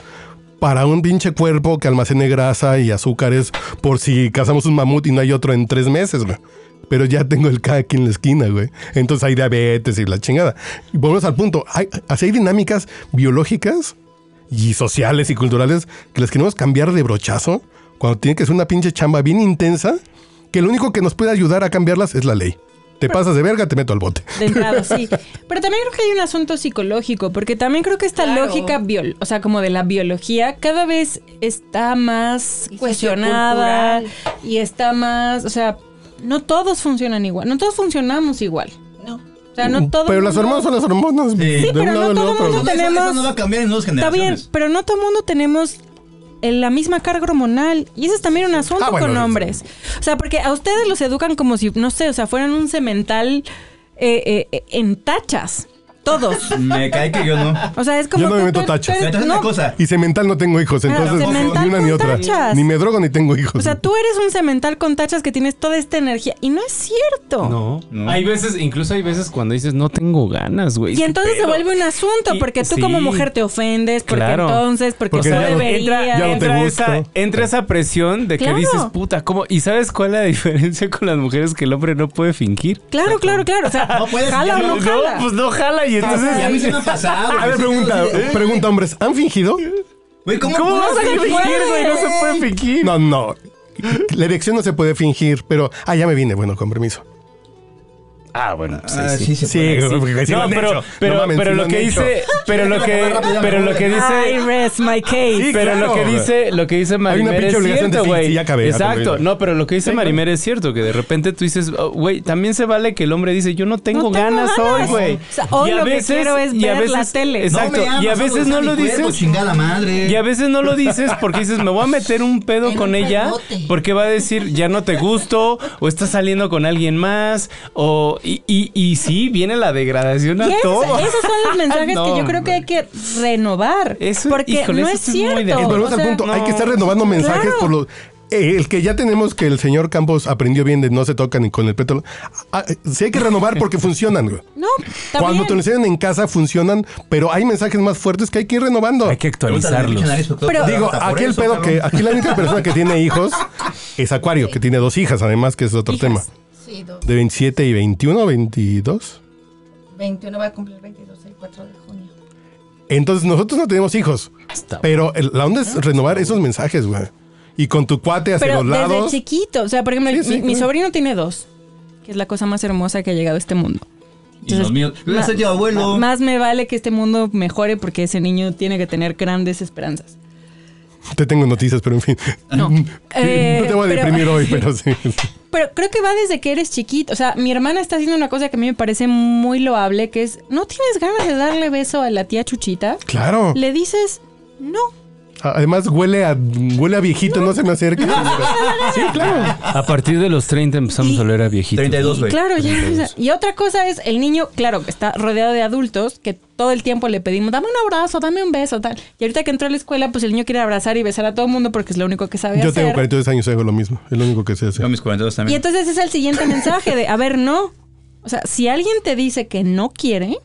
S5: para un pinche cuerpo que almacene grasa y azúcares por si cazamos un mamut y no hay otro en tres meses, güey. Pero ya tengo el K aquí en la esquina, güey. Entonces hay diabetes y la chingada. Y volvemos al punto. Hay, así hay dinámicas biológicas y sociales y culturales que las queremos cambiar de brochazo cuando tiene que ser una pinche chamba bien intensa que lo único que nos puede ayudar a cambiarlas es la ley. Te pasas de verga, te meto al bote.
S7: De entrada, sí. Pero también creo que hay un asunto psicológico, porque también creo que esta
S8: Claro.
S7: lógica, biol o sea, como de la biología, cada vez está más
S8: Y
S7: cuestionada y está más, o sea, no todos funcionan igual, no todos funcionamos igual.
S8: No.
S7: O sea, no todos.
S5: Uh, pero las hormonas son las hormonas. de
S7: pero
S5: un
S7: no
S5: lado al
S7: todo
S5: otro.
S7: mundo-
S6: Eso- eso-
S7: tenemos-
S6: Eso no va a cambiar en dos
S7: Está bien,
S6: generaciones.
S7: pero no todo mundo tenemos eh, la misma carga hormonal y eso es también un asunto
S5: Ah, bueno,
S7: con
S5: eso-
S7: hombres. O sea, porque a ustedes los educan como si, no sé, o sea, fueran un cemental eh, eh, eh, en tachas.
S8: [laughs]
S7: Todos.
S6: Me cae que yo no.
S7: O sea, es como.
S5: Yo no me
S7: que
S5: meto
S7: tú-
S5: tachas.
S7: tú eres-
S6: Entonces,
S7: no,
S6: una cosa.
S5: Y cemental no tengo hijos,
S7: Claro,
S5: entonces
S7: cemental
S5: ni una ni
S7: con
S5: otra.
S7: tachas.
S5: Ni me drogo ni tengo hijos.
S7: O sea, tú eres un cemental con tachas que tienes toda esta energía. Y no es cierto.
S4: No.
S6: No.
S4: Hay veces, incluso hay veces cuando dices, no tengo ganas, güey.
S7: Y
S4: ¿qué
S7: entonces se
S4: pedo?"
S7: vuelve un asunto,
S4: Y-
S7: porque tú
S4: sí.
S7: como mujer te ofendes, porque
S4: Claro.
S7: entonces, porque,
S5: Porque
S7: no
S5: ya no-
S7: debería.
S4: Entra,
S5: Ya no te
S4: entra
S5: gusto.
S4: esa, entra esa presión de que
S7: Claro.
S4: dices, puta, ¿cómo? ¿Y sabes cuál es la [laughs] diferencia con las mujeres que el hombre no puede fingir?
S7: Claro, claro, claro. O sea,
S6: No puedes
S7: jala o no
S6: cambiarlo,
S7: jala.
S4: pues no jala y
S6: Y a mí se me ha pasado.
S5: [laughs] a ver, pregunta, eh. pregunta, hombres, ¿han fingido?
S6: Güey, ¿cómo,
S4: ¿Cómo vas a
S6: puedes-
S4: fingir, güey? No se puede fingir.
S5: No, no. La erección no se puede fingir, pero. Ah, ya me vine, bueno, con permiso.
S4: Ah, bueno, pues ahí
S6: Ah,
S4: sí.
S6: sí se
S5: Sí,
S6: puede decir.
S5: porque sí
S4: No,
S5: han
S4: pero,
S5: hecho.
S4: pero,
S5: No mames,
S4: pero
S5: sí
S4: lo
S5: han
S4: que
S5: hecho.
S4: dice, pero lo que, pero lo que
S7: I
S4: dice,
S7: rest my case.
S5: Sí,
S4: pero lo
S5: claro.
S4: que dice, lo que dice Marimer
S5: pinche
S4: es
S5: obligación de
S4: cierto,
S5: sí,
S4: güey.
S5: sí, ya acabé, ya
S4: Exacto.
S5: terminé.
S4: No, pero lo que dice
S5: Sí,
S4: Marimer es cierto, que de repente tú dices, oh, güey, también se vale que el hombre dice, yo no tengo,
S7: No tengo
S4: ganas, hoy,
S7: ganas.
S4: güey.
S7: O sea, hoy
S4: Y a
S7: lo que
S4: veces-
S7: quiero es
S4: y a
S7: ver la
S4: veces-
S7: tele.
S6: No me
S4: Exacto.
S6: amas,
S4: y a veces
S6: está
S4: no
S6: mi
S4: lo
S6: cuerpo,
S4: dices.
S6: chingada madre.
S4: Y a veces no lo dices porque dices, me voy a meter un pedo
S8: En
S4: con
S8: un
S4: ella
S8: pedote.
S4: porque va a decir, ya no te gusto, o estás saliendo con alguien más, o... Y, y, y sí, viene la degradación
S7: Y
S4: a
S7: esos,
S4: todo.
S7: esos son los mensajes
S4: No,
S7: que yo creo que hay que renovar.
S4: Eso-
S7: porque
S4: híjole,
S7: no
S4: eso
S7: es
S4: estoy muy de acuerdo.
S7: cierto.
S5: Y volvemos
S7: o
S5: al
S7: sea,
S5: punto.
S4: no.
S5: Hay que estar renovando mensajes
S7: Claro.
S5: por los. eh, El que ya tenemos que el señor Campos aprendió bien de no se tocan ni con el pétalo. Ah, eh, sí hay que renovar porque funcionan. güey.
S7: No, está
S5: Cuando
S7: bien.
S5: te lo enseñan en casa funcionan, pero hay mensajes más fuertes que hay que ir renovando.
S2: Hay que
S6: Pregúntale a
S2: actualizarlos.
S6: Richard Aris, doctor,
S7: Pero-
S6: hasta
S5: Digo,
S6: por
S5: aquí el
S6: eso,
S5: pedo que
S6: cabrón.
S5: aquí la única persona que tiene hijos es Acuario, que tiene dos hijas, además que es otro tema.
S8: Sí, dos-
S5: De 27 y 21, 22.
S8: 21 va a cumplir 22 el 4 de junio.
S5: Entonces nosotros no tenemos hijos, pero el- la onda es renovar esos mensajes, güey. Y con tu cuate hacia
S7: Pero
S5: los lados.
S7: desde chiquito. O sea, por ejemplo,
S5: Sí, sí,
S7: mi, mi
S5: claro.
S7: sobrino tiene dos, que es la cosa más hermosa que ha llegado a este mundo.
S6: Y los míos. Yo voy a ser yo abuelo. [laughs]
S7: ma- Más me vale que este mundo mejore porque ese niño tiene que tener grandes esperanzas.
S5: Te tengo noticias, pero en fin.
S7: No. Eh,
S5: [laughs] no te voy a
S7: pero-
S5: deprimir hoy, pero
S7: [laughs]
S5: sí.
S7: Pero creo que va desde que eres chiquito. O sea, mi hermana está haciendo una cosa que a mí me parece muy loable, que es, ¿no tienes ganas de darle beso a la tía Chuchita?
S5: Claro.
S7: Le dices, no.
S5: A- Además huele a huele a viejito, no, se me acerca. sí, claro.
S4: A partir de los 30 empezamos a oler a viejitos.
S6: 32, güey.
S7: Claro, ya. o sea, y otra cosa es, el niño, claro, que está rodeado de adultos que todo el tiempo le pedimos, dame un abrazo, dame un beso, tal. Y ahorita que entró a la escuela, pues el niño quiere abrazar y besar a todo el mundo porque es lo único que sabe
S5: Yo
S7: hacer.
S5: tengo 42 años, hago lo mismo. Es lo único que sé
S6: Yo a
S5: hacer.
S6: mis 42
S7: Y
S6: también.
S7: entonces es
S5: [laughs]
S7: el siguiente mensaje de, a ver, no. O sea, si alguien te dice que no quiere,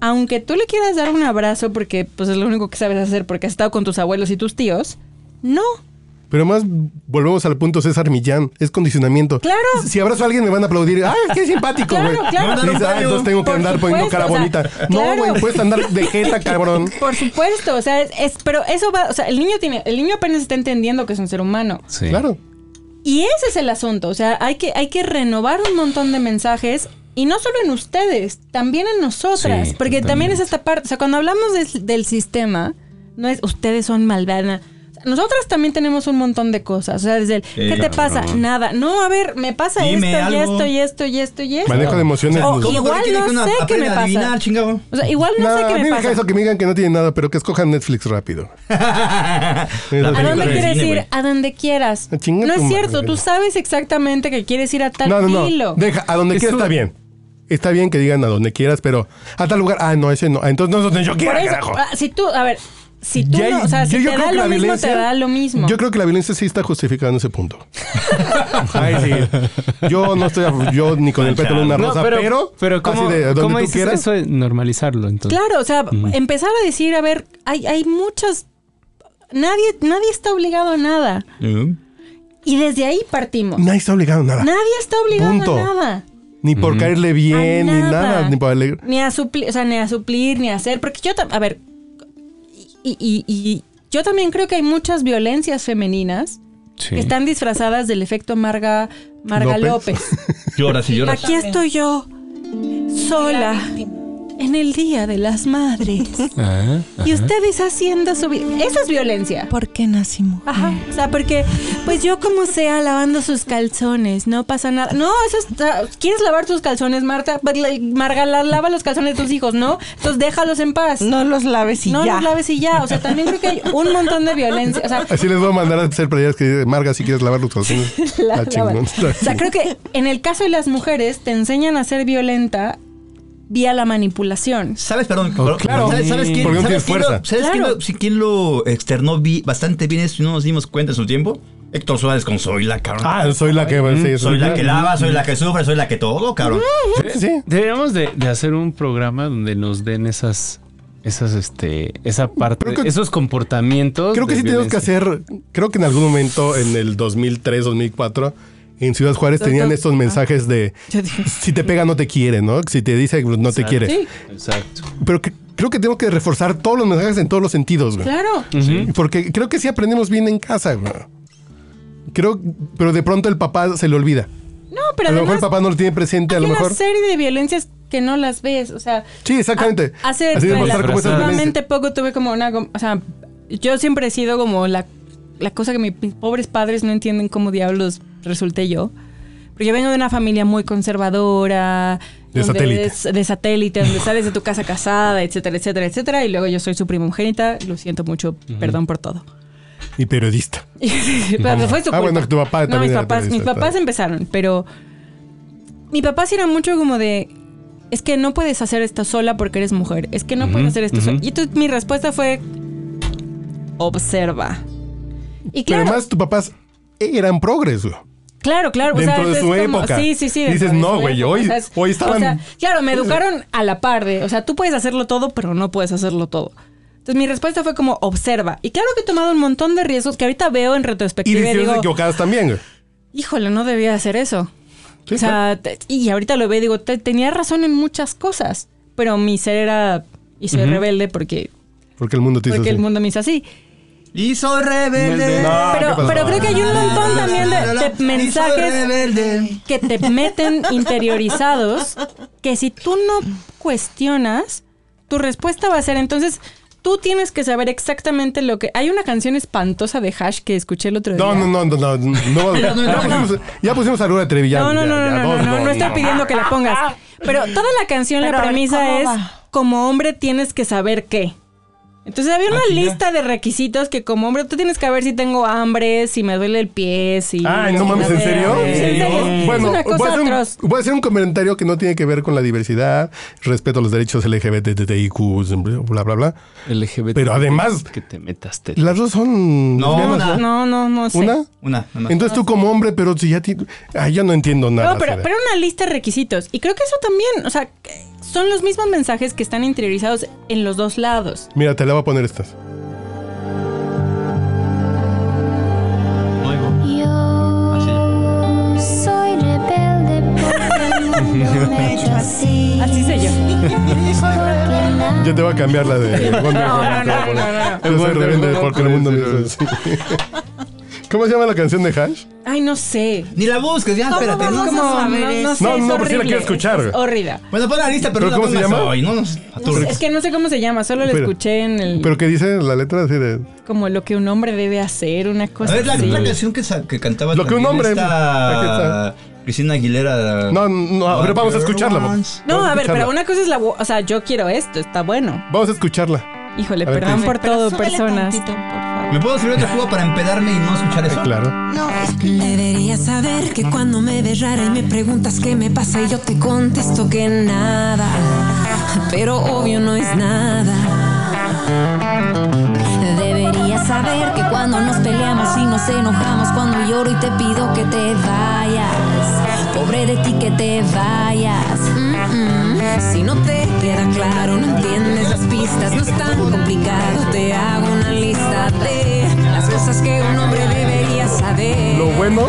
S7: aunque tú le quieras dar un abrazo porque pues es lo único que sabes hacer porque has estado con tus abuelos y tus tíos, no.
S5: Pero más volvemos al punto César Millán, es condicionamiento.
S7: Claro.
S5: Si abrazo a alguien me van a aplaudir. Ah, ¡Ay, qué simpático,
S7: Claro,
S5: güey!
S7: claro.
S5: Dices, "Ah, entonces tengo que
S7: Por
S5: andar poniendo
S7: supuesto,
S5: cara
S7: o sea,
S5: bonita.
S7: claro.
S5: No, güey, puedes andar de jeta, cabrón.
S7: Por supuesto, o sea, es, es- pero eso va, o sea, el niño tiene, el niño apenas está entendiendo que es un ser humano.
S4: Sí.
S5: Claro.
S7: Y ese es el asunto, o sea, hay que, hay que renovar un montón de mensajes y no solo en ustedes, también en nosotras,
S4: Sí,
S7: porque también es esta parte, o sea, cuando hablamos des- del sistema, no es ustedes son malvana. O sea, Nosotras también tenemos un montón de cosas, o sea, desde el, ¿qué te pasa? Nada. No, a ver, me pasa
S6: Dime
S7: esto y
S6: algo.
S7: esto y esto y esto y esto.
S5: Manejo de emociones.
S7: O
S5: no.
S6: ¿Cómo
S7: igual
S6: quiere
S7: no
S6: que una
S7: sé qué me
S6: aprenda a
S7: pasa.
S6: adivinar, chingado?
S7: O sea, igual Oh, no
S5: Nah,
S7: sé
S5: a
S7: qué
S5: mí
S7: me
S5: me deja
S7: pasa.
S5: eso que me digan que no tiene nada, pero que escojan Netflix rápido.
S6: La
S7: ¿A
S6: película
S7: dónde
S6: de
S7: quieres
S6: cine,
S7: ir?
S6: güey.
S7: A donde quieras.
S5: Ah, chinga
S7: No
S5: tu
S7: es
S5: madre.
S7: cierto, tú sabes exactamente que quieres ir a tal
S5: No, no,
S7: hilo.
S5: no. Deja, a donde
S4: Es
S5: quieras
S4: un-
S5: está bien. Está bien que digan a donde quieras, pero a tal lugar. Ah, no, ese no. Ah, Entonces no es donde yo
S7: Por
S5: quiera,
S7: eso,
S5: carajo.
S7: ah, si tú, a ver, si tú
S5: Ya-
S7: no, o sea, si
S5: yo- yo
S7: te
S5: creo
S7: da
S5: que
S7: lo
S5: la
S7: mismo, te
S5: violencia-
S7: da lo mismo.
S5: Yo creo que la violencia sí está justificada en ese punto. Ay, sí. Yo no estoy, a- yo ni con el pétalo de una
S4: No,
S5: rosa,
S4: pero,
S5: pero,
S4: pero ¿cómo,
S5: así de donde
S4: cómo
S5: tú
S4: dices
S5: quieras.
S4: eso de normalizarlo entonces?
S7: Claro, o sea, empezar a decir, a ver, hay, hay muchas. Nadie, nadie está obligado a nada. Y desde ahí partimos.
S5: Nadie está obligado a nada.
S7: Nadie está obligado
S5: Punto.
S7: a nada.
S5: Ni por caerle bien,
S7: A
S5: ni nada, ni por alegre.
S7: Ni a suplir, o sea, ni a suplir, ni a hacer. Porque yo también, a ver, y, y- y yo también creo que hay muchas violencias femeninas
S4: Sí.
S7: que están disfrazadas del efecto Marga, Marga
S5: López.
S7: López.
S6: Lloras y lloras.
S7: Aquí estoy yo, sola, en el Día de las Madres.
S4: Ah, ah.
S7: Y ustedes haciendo su vida. Eso es violencia.
S8: ¿Por qué nacimos?
S7: Ajá. O sea, porque, pues yo como sea, lavando sus calzones, no pasa nada. No, eso está. ¿Quieres lavar tus calzones, Marta? Pues, la- Marga, la- lava los calzones de tus hijos, ¿no? Entonces déjalos en paz.
S8: No los laves y
S7: No
S8: ya.
S7: los laves y ya. O sea, también creo que hay un montón de violencia.
S8: [laughs]
S7: O sea,
S5: [laughs] Así les voy a mandar a hacer playeras que dice, Marga, si quieres lavar los calzones.
S7: [laughs] La-
S5: Ah,
S7: la-
S5: chingón.
S7: O sea, creo que en el caso de las mujeres te enseñan a ser violenta vía la manipulación.
S6: ¿Sabes, perdón?
S5: Oh,
S6: pero-
S5: claro.
S6: ¿Sabes, sabes quién,
S5: Porque no
S6: sabes
S5: tienes
S6: quién
S5: fuerza.
S6: lo, sabes quién
S7: Claro.
S6: lo- si- quién lo externó vi- bastante bien eso y no nos dimos cuenta en su tiempo? Héctor Suárez con Soy la cabrón.
S5: Ah, soy la que... sí,
S6: soy la que lava, soy la que sufre, soy la que todo, cabrón.
S5: Sí, sí.
S4: Deberíamos de, de hacer un programa donde nos den esas, esas, este, esa parte,
S5: Creo que-
S4: esos comportamientos.
S5: Creo que
S4: de
S5: sí tenemos que
S4: violencia.
S5: hacer, creo que en algún momento en el 2003, 2004, en Ciudad Juárez tenían estos mensajes de si te pega no te quiere, ¿no? Si te dice no te quiere.
S4: Exacto.
S5: Pero que- creo que tengo que reforzar todos los mensajes en todos los sentidos, güey.
S7: Claro.
S5: Porque creo que sí aprendemos bien en casa, güey. Creo, pero de pronto el papá se le olvida.
S7: No, No, pero
S5: a lo mejor el
S7: además,
S5: papá no lo tiene presente, a
S7: hay
S5: lo
S7: una
S5: mejor.
S7: serie de violencias que no las ves, o sea...
S5: Sí, exactamente.
S7: a- hace
S5: Así demostrar cómo es la
S7: relativamente poco tuve como una... gom- O sea, yo siempre he sido como la, la cosa que mi- mis pobres padres no entienden cómo diablos resulté yo. Porque yo vengo de una familia muy conservadora...
S5: De
S7: donde
S5: satélite.
S7: es- de satélite, donde sales de tu casa casada, etcétera, etcétera, etcétera. Y luego yo soy su primogénita, lo siento mucho, perdón por todo.
S5: Y periodista.
S7: [laughs] Pero fue su
S5: Ah,
S7: culpa.
S5: bueno, tu papá
S7: No,
S5: también
S7: mis
S5: era
S7: papás, mis
S5: periodista, está
S7: papás
S5: bien.
S7: empezaron, pero mi papá sí era mucho como de es que no puedes hacer esto sola porque eres mujer, es que no puedes hacer esto sola. Y entonces mi respuesta fue observa. Y
S5: Pero
S7: claro,
S5: además, tus papás eran progres, güey.
S7: claro, claro, o sea,
S5: dentro de
S7: es
S5: su
S7: como-
S5: época.
S7: Sí, sí, sí.
S5: Dices,
S7: dentro de
S5: no,
S7: su
S5: güey,
S7: época,
S5: hoy-
S7: ¿sabes?
S5: hoy estaban-
S7: O sea, claro,
S5: [laughs]
S7: me educaron a la par de, o sea, tú puedes hacerlo todo, pero no puedes hacerlo todo. Entonces mi respuesta fue como observa. Y claro que he tomado un montón de riesgos que ahorita veo en
S5: Y
S7: retrospectiva y
S5: decisiones
S7: digo,
S5: equivocadas también, güey.
S7: híjole, no debía hacer eso.
S5: Sí,
S7: o sea, te- y ahorita lo veo y digo, te- tenía razón en muchas cosas, pero mi ser era y soy rebelde porque,
S5: Porque el mundo te dice
S7: porque el
S5: así.
S7: mundo me hizo así.
S6: Y soy rebelde.
S5: No, Ah, ¿qué
S7: pero,
S5: pasó? Ah,
S7: pero creo que hay un montón también de, de
S6: Y soy
S7: mensajes
S6: rebelde.
S7: que te
S5: [laughs]
S7: meten interiorizados que si tú no cuestionas, tu respuesta va a ser entonces... Tú tienes que saber exactamente lo que... Hay una canción espantosa de Hash que escuché el otro
S5: No,
S7: día.
S5: no, no, no, no, no,
S7: [laughs]
S5: ya, pusimos, ya pusimos a Aurora
S7: No,
S5: Trevillano.
S7: no,
S5: ya,
S7: no,
S5: ya,
S7: no, no,
S5: dos,
S7: no, no, no estoy pidiendo que la pongas.
S8: [laughs]
S7: Pero toda la canción,
S8: Pero
S7: la
S8: a ver, ¿cómo
S7: premisa es,
S8: va?
S7: como hombre tienes que saber qué. Entonces había una
S5: Ah,
S7: lista de requisitos que como hombre tú tienes que ver si tengo hambre, si me duele el pie,
S5: Ay,
S7: si...
S5: Ah, no
S7: si
S5: mames, ¿en
S7: me-
S5: serio?
S7: Sí, en serio.
S5: Bueno,
S7: es una
S5: voy, a
S7: cosa
S5: hacer un,
S7: atroz.
S5: voy a hacer un comentario que no tiene que ver con la diversidad, respeto a los derechos LGBTIQ, bla, bla, bla.
S4: LGBT.
S5: Pero además-
S4: Que te metas, te-
S5: Las dos son
S6: No,
S5: lesbianas,
S6: una.
S7: No, no, no sé.
S5: ¿Una?
S6: Una, nada más.
S5: Entonces tú como hombre, pero si ya ti- Ay, yo no entiendo nada.
S7: No, pero,
S5: Sara.
S7: pero una lista de requisitos. Y creo que eso también, o sea, que son los mismos mensajes que están interiorizados en los dos lados.
S5: Mira, te la voy a poner estas.
S6: Oigo.
S9: Yo
S6: Así. Ah,
S9: soy rebelde porque el mundo me hizo así.
S5: [laughs]
S7: Así sé yo.
S9: Porque nada
S5: Yo te voy a cambiar la
S7: [laughs]
S5: de Wonder Woman. te voy
S7: no,
S5: a
S7: no,
S5: poner.
S7: no,
S5: Yo soy rebelde porque el mundo me hizo así. [laughs] ¿Cómo se llama la canción de Hash?
S7: Ay, no sé.
S6: Ni la busques,
S7: Ah,
S6: ya, espérate.
S7: ¿Cómo
S6: ¿no?
S7: vamos a saber eso?
S5: No,
S7: sé,
S5: no, pero
S7: es
S5: sí la
S7: horrible,
S5: quiero escuchar.
S7: es horrible.
S6: Bueno, pon la lista, pero, no
S5: ¿Pero
S6: la
S5: cómo se
S6: pongas
S5: llama?
S6: hoy. No nos atures.
S7: Es que no sé cómo se llama, solo lo
S5: Pero-
S7: escuché en el
S5: ¿Pero qué dice la letra? Así de...
S7: como lo que un hombre debe hacer, una
S6: A
S7: cosa
S6: ver, la,
S7: así.
S6: la canción que, sa- que cantaba
S5: Lo que un
S6: también
S5: hombre-
S6: esta Cristina Aguilera.
S5: No, no, pero vamos a escucharla. vamos
S7: No, a ver,
S5: escucharla.
S7: pero una cosa es la, wo- o sea, yo quiero esto, está bueno.
S5: Vamos a escucharla.
S7: Híjole,
S5: A ver,
S7: perdón
S5: ¿qué
S7: por todo, personas.
S6: ¿Me puedo subir otro jugo para empedarme y no escuchar eso?
S5: Claro.
S8: No, es que
S10: Deberías saber que cuando me ves rara y me preguntas qué me pasa y yo te contesto que nada, pero obvio no es nada.
S9: Deberías saber que cuando nos peleamos y nos enojamos, cuando lloro y te pido que te vayas, pobre de ti que te vayas.
S10: Mm, Si no te queda claro, no entiendes las pistas, no es tan complicado. Te hago una lista de las cosas que un hombre debería saber.
S5: Lo bueno,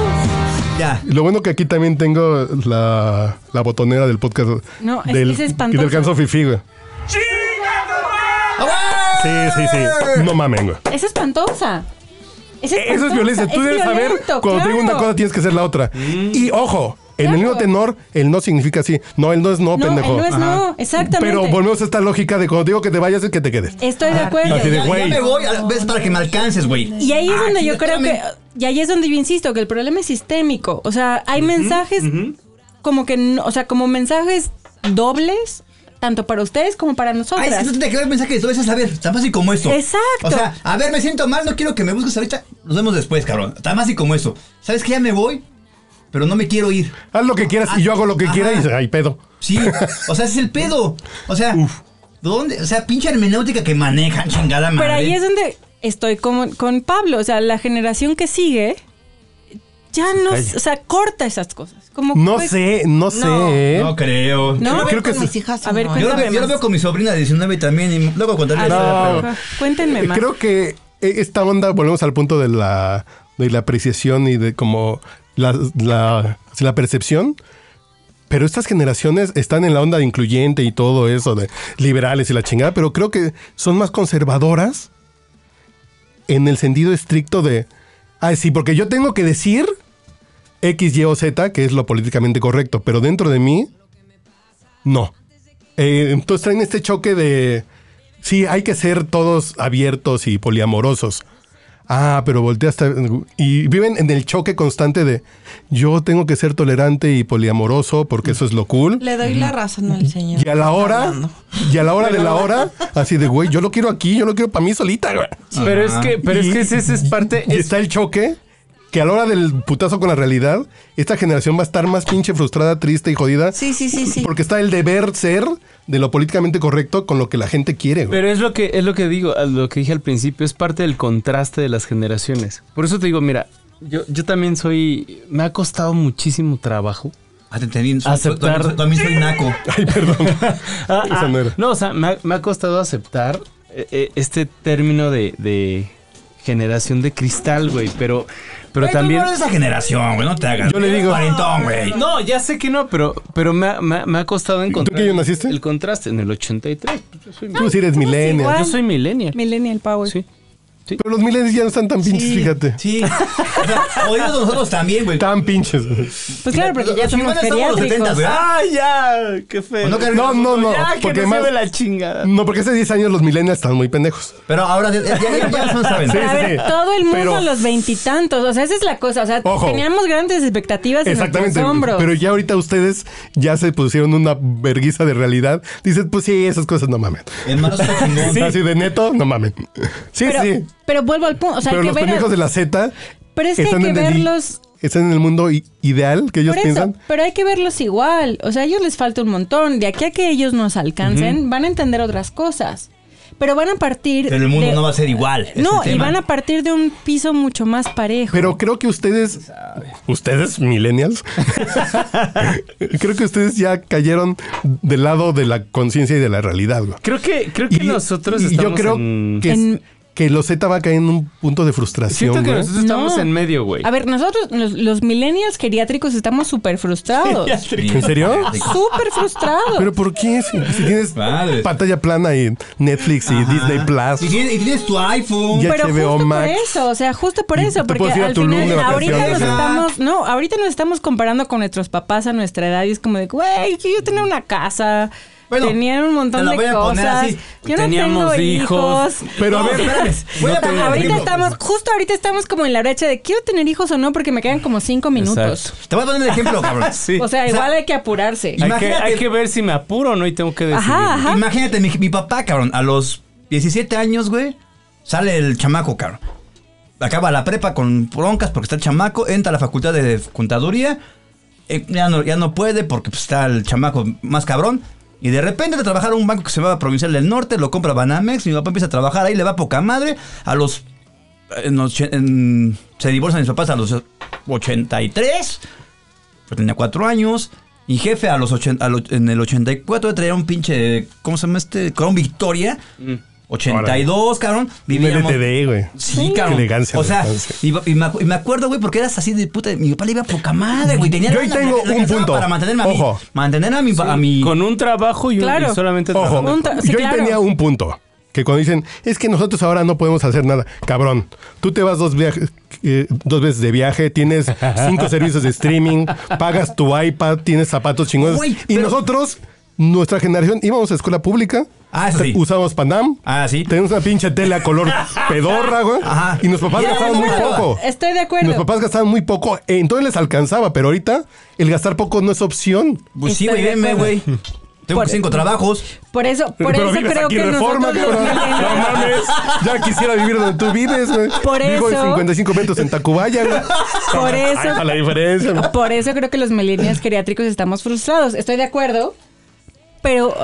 S6: Ya.
S5: lo bueno que aquí también tengo la, la botonera del podcast.
S7: No, es que
S5: del,
S7: es
S5: Y
S7: espantoso.
S5: del canso fifi, güey. Sí, sí, sí. No mamen, güey.
S7: Es espantosa. Es
S5: Eso es
S7: espantosa,
S5: violencia. Tú
S7: es
S5: debes saber
S7: violento,
S5: cuando te
S7: claro.
S5: digo una cosa tienes que hacer la otra. Y ojo, en el mismo tenor, el no significa sí. No, el no es no,
S7: No,
S5: pendejo.
S7: él no es no, exactamente.
S5: Pero volvemos a esta lógica de cuando te digo que te vayas es que te quedes.
S7: Estoy de acuerdo.
S5: Así de,
S6: ¡Ah, Ya, ya
S5: güey.
S6: me voy, a- ves para que me alcances, güey.
S7: Ah, Y ahí es donde
S6: Aquí
S7: yo creo que.
S6: Ah, también.
S7: Y ahí es donde yo insisto que el problema es sistémico. O sea, hay mensajes como que. no- o sea, como mensajes dobles, tanto para ustedes como para
S6: Ay,
S7: nosotras.
S6: Ah, es que tú te quedas mensaje que tú ves a ver, tan fácil como esto.
S7: Exacto.
S6: O sea, a ver, me siento mal, no quiero que me busques ahorita. Nos vemos después, cabrón. Tan fácil como eso. ¿Sabes que ya me voy? Pero no me quiero ir.
S5: Haz lo que quieras y yo hago lo que
S6: Ajá.
S5: quiera y dices, ay, pedo.
S6: Sí. O sea, ese es el pedo. O sea, ¿dónde? O sea, pinche hermenéutica que manejan, chingada madre.
S7: Pero ahí es donde estoy con, con Pablo. O sea, la generación que sigue ya no.
S4: calla.
S7: O sea, corta esas cosas. Como,
S5: No
S7: pues,
S5: sé, ¿eh? no sé.
S6: No creo.
S7: ¿No?
S8: no,
S5: creo que
S8: con mis
S5: sí.
S8: hijas.
S7: A ver,
S8: no.
S6: Yo lo, veo, yo lo veo con mi sobrina de 19 también y luego
S7: Ah,
S6: contaré.
S5: No. Eh,
S7: Ajá. Cuéntenme más.
S5: Creo que e- esta onda, volvemos al punto de la, de la apreciación y de como la, la, así, la percepción. Pero estas generaciones están en la onda de incluyente y todo eso, de liberales y la chingada, pero creo que son más conservadoras en el sentido estricto de, ay, sí, porque yo tengo que decir X, Y o Z, que es lo políticamente correcto, pero dentro de mí, no. Eh, entonces traen este choque de, sí, hay que ser todos abiertos y poliamorosos. Ah, pero voltea hasta... Y viven en el choque constante de, yo tengo que ser tolerante y poliamoroso porque eso es lo cool.
S8: Le doy la razón al señor.
S5: Y a la hora,
S8: Fernando.
S5: y a la hora [laughs] de la hora, así de, güey, yo lo quiero aquí, yo lo quiero para mí solita, güey.
S4: Pero es que, pero es que ese- ese es parte.
S5: Y
S4: es-
S5: está el choque que a la hora del putazo con la realidad, esta generación va a estar más pinche frustrada, triste y jodida.
S8: Sí, sí, sí, sí.
S5: Porque está el deber ser de lo políticamente correcto con lo que la gente quiere, güey.
S4: Pero es lo que es lo que digo, a lo que dije al principio, es parte del contraste de las generaciones. Por eso te digo, mira, yo, yo también soy. Me ha costado muchísimo trabajo.
S6: Ah, te entendí. Soy-
S4: Aceptar.
S6: soy- También soy
S5: [laughs]
S6: naco.
S5: Ay, perdón.
S4: Ah,
S5: Esa
S4: ah,
S5: no era.
S4: no, o sea, me ha, me ha costado aceptar eh, eh, este término de, de generación de cristal, güey. Pero, pero
S6: Ay,
S4: también.
S6: Tú no eres de esa generación, güey. No te hagas.
S5: Yo le
S6: Eres
S5: digo-
S6: Cuarentón, güey.
S5: [laughs]
S4: No, ya sé que no, pero, pero me, ha, me ha- me ha costado encontrar.
S5: qué año naciste? Ah.
S4: El contraste en el 83. Yo soy,
S5: Tú sí eres millennial.
S7: igual.
S4: yo soy millennial.
S7: Millennial Power.
S4: Sí.
S5: Pero los millennials ya no están tan pinches, Pues fíjate.
S6: Sí. O sea, jodidos nosotros también, güey.
S5: Tan pinches.
S7: Pues claro, porque ya
S6: Los
S7: somos
S6: humanos estamos en los 70,
S7: pediátricos.
S6: güey.
S4: ¡Ah, ya! ¡Qué feo!
S6: No, Karen,
S5: Pues No, no, no.
S4: Ya, que
S5: Porque
S4: no se
S5: más-
S4: ve la chingada.
S5: No, porque hace 10 años los millennials están muy pendejos.
S6: Pero ahora ya, ya, ya, ya no saben.
S7: A ver,
S5: Sí.
S7: todo el mundo
S5: Pero-
S7: a los veintitantos. O sea, esa es la cosa. O sea,
S5: Ojo.
S7: teníamos grandes expectativas en nuestros
S5: Exactamente.
S7: hombros.
S5: Pero ya ahorita ustedes ya se pusieron una verguiza de realidad. Dices, pues sí, esas cosas no mamen.
S6: En manos de chingón.
S5: Así de neto, no mamen. Sí,
S7: pero,
S5: sí.
S7: pero vuelvo al punto. O sea,
S5: Pero
S7: hay
S5: los
S7: que ver.
S5: pendejos de la Z
S7: Pero es que hay
S5: están
S7: que
S5: en el-
S7: verlos-
S5: están en el mundo i- ideal que ellos
S7: Por eso,
S5: piensan.
S7: pero hay que verlos igual. O sea, a ellos les falta un montón. De aquí a que ellos nos alcancen, van a entender otras cosas. Pero van a partir.
S6: Pero el mundo
S7: de-
S6: no va a ser igual. es
S7: No,
S6: el
S7: y
S6: tema.
S7: van a partir de un piso mucho más parejo.
S5: Pero creo que ustedes,
S4: [laughs]
S5: ustedes millennials, creo que ustedes ya cayeron del lado de la conciencia y de la realidad. güey.
S4: Creo que, creo que nosotros
S5: y
S4: estamos
S5: yo creo
S4: en-
S5: que,
S7: en-
S5: que los Z va a caer en un punto de frustración.
S4: Siento que
S5: güey.
S4: nosotros estamos
S7: No.
S4: en medio, güey.
S7: A ver, nosotros, los, los millennials geriátricos, estamos
S5: [laughs]
S7: súper frustrados.
S5: ¿En serio?
S7: Súper frustrados.
S5: Pero ¿por qué? Si, si tienes
S6: Madre.
S5: pantalla plana y Netflix y Disney
S6: Y
S5: Plus.
S6: tienes, y tienes tu iPhone.
S5: Ya-
S7: pero
S5: HBO
S7: justo
S5: Max.
S7: por eso, o sea, justo por eso,
S5: Te
S7: porque
S5: puedes ir a
S7: al
S5: Tulum de
S7: final ahorita
S5: vacaciones.
S7: nos estamos, no, ahorita nos estamos comparando con nuestros papás a nuestra edad y es como de, güey, que yo tenía una casa,
S6: Bueno,
S7: tenía un montón
S6: te la
S7: de
S6: voy a poner
S7: cosas,
S6: así,
S7: yo
S4: teníamos
S7: no tengo hijos.
S4: hijos.
S5: Pero a
S6: No,
S5: ver,
S6: espérame. Voy a poner un
S7: ahorita
S6: ejemplo.
S7: estamos, justo ahorita estamos como en la brecha de quiero tener hijos o no porque me quedan como cinco minutos.
S4: Exacto.
S6: Te voy a poner un ejemplo, [laughs] cabrón.
S4: Sí.
S7: O sea, igual hay que apurarse.
S4: hay, que,
S6: imagínate-
S4: hay que ver si me apuro o no y tengo que decidir.
S7: Ajá, ajá.
S6: Imagínate, mi, mi papá, cabrón, a los 17 años, güey, sale el chamaco, cabrón. Acaba la prepa con broncas porque está el chamaco, entra a la facultad de contaduría, eh, ya, no, ya no puede porque pues, está el chamaco más cabrón. Y de repente de trabajar a un banco que se va a Provincial del Norte, lo compra Banamex, mi papá empieza a trabajar ahí, le va poca madre. A los. en los ochen- en- se divorcian mis papás a los 83. Yo tenía cuatro años. Mi jefe a los ochen- a lo- en el 84 traía un pinche. ¿Cómo se llama este? Crown Victoria. 82, cabrón.
S5: Mm. un
S6: Vivíamos-
S5: LTD, güey.
S6: Sí,
S5: Qué
S6: cabrón.
S5: elegancia.
S6: o sea,
S5: elegancia.
S6: y, y me, acu- y me acuerdo, güey, porque eras así de puta. Mi papá le iba poca madre, güey. Tenía
S5: Yo ahí
S6: lana,
S5: tengo
S6: me- me
S5: un
S6: alcanzaba
S5: punto.
S6: Para mantenerme a mí.
S5: Ojo.
S6: Mantener a mi. pa- a mi
S4: Con un trabajo y, un-
S7: Claro.
S4: y solamente
S5: Ojo,
S4: trabajando.
S7: Un tra- sí,
S5: yo ahí
S7: claro.
S5: tenía un punto. Que cuando dicen, es que nosotros ahora no podemos hacer nada. Cabrón, tú te vas dos, viaje- eh, dos veces de viaje, tienes
S6: [laughs]
S5: cinco servicios de streaming, pagas tu iPad, tienes zapatos chingones.
S6: Güey,
S5: y
S6: pero-
S5: nosotros, nuestra generación, íbamos a escuela pública.
S6: Ah, eso sí.
S5: Usábamos Panam.
S6: Ah, sí.
S5: Tenemos una pinche
S6: [laughs]
S5: tela color pedorra, güey.
S6: Ajá.
S5: Y nuestros papás
S6: Ya,
S5: gastaban
S6: no,
S5: muy
S6: no,
S5: poco.
S7: Estoy de acuerdo.
S5: Nuestros papás gastaban muy poco. eh, Entonces les alcanzaba, pero ahorita el gastar poco no es opción.
S6: Pues sí,
S7: Estoy
S5: este
S6: güey,
S7: de
S6: veme,
S7: acuerdo.
S6: güey. Tengo
S7: Por-
S6: cinco trabajos.
S7: Por eso, por
S5: pero
S7: eso
S5: vives
S7: creo
S5: aquí
S7: que
S5: en reforma,
S7: nosotros los
S5: cabrón. No
S7: millennials-
S5: mames. Ya quisiera vivir donde tú vives, güey.
S7: Por
S5: Vivo en
S7: eso-
S5: 55 metros en Tacubaya, güey.
S7: Por eso-
S5: Ahí está la diferencia, güey.
S7: Por eso creo que los millennials geriátricos estamos frustrados. Estoy de acuerdo. Pero,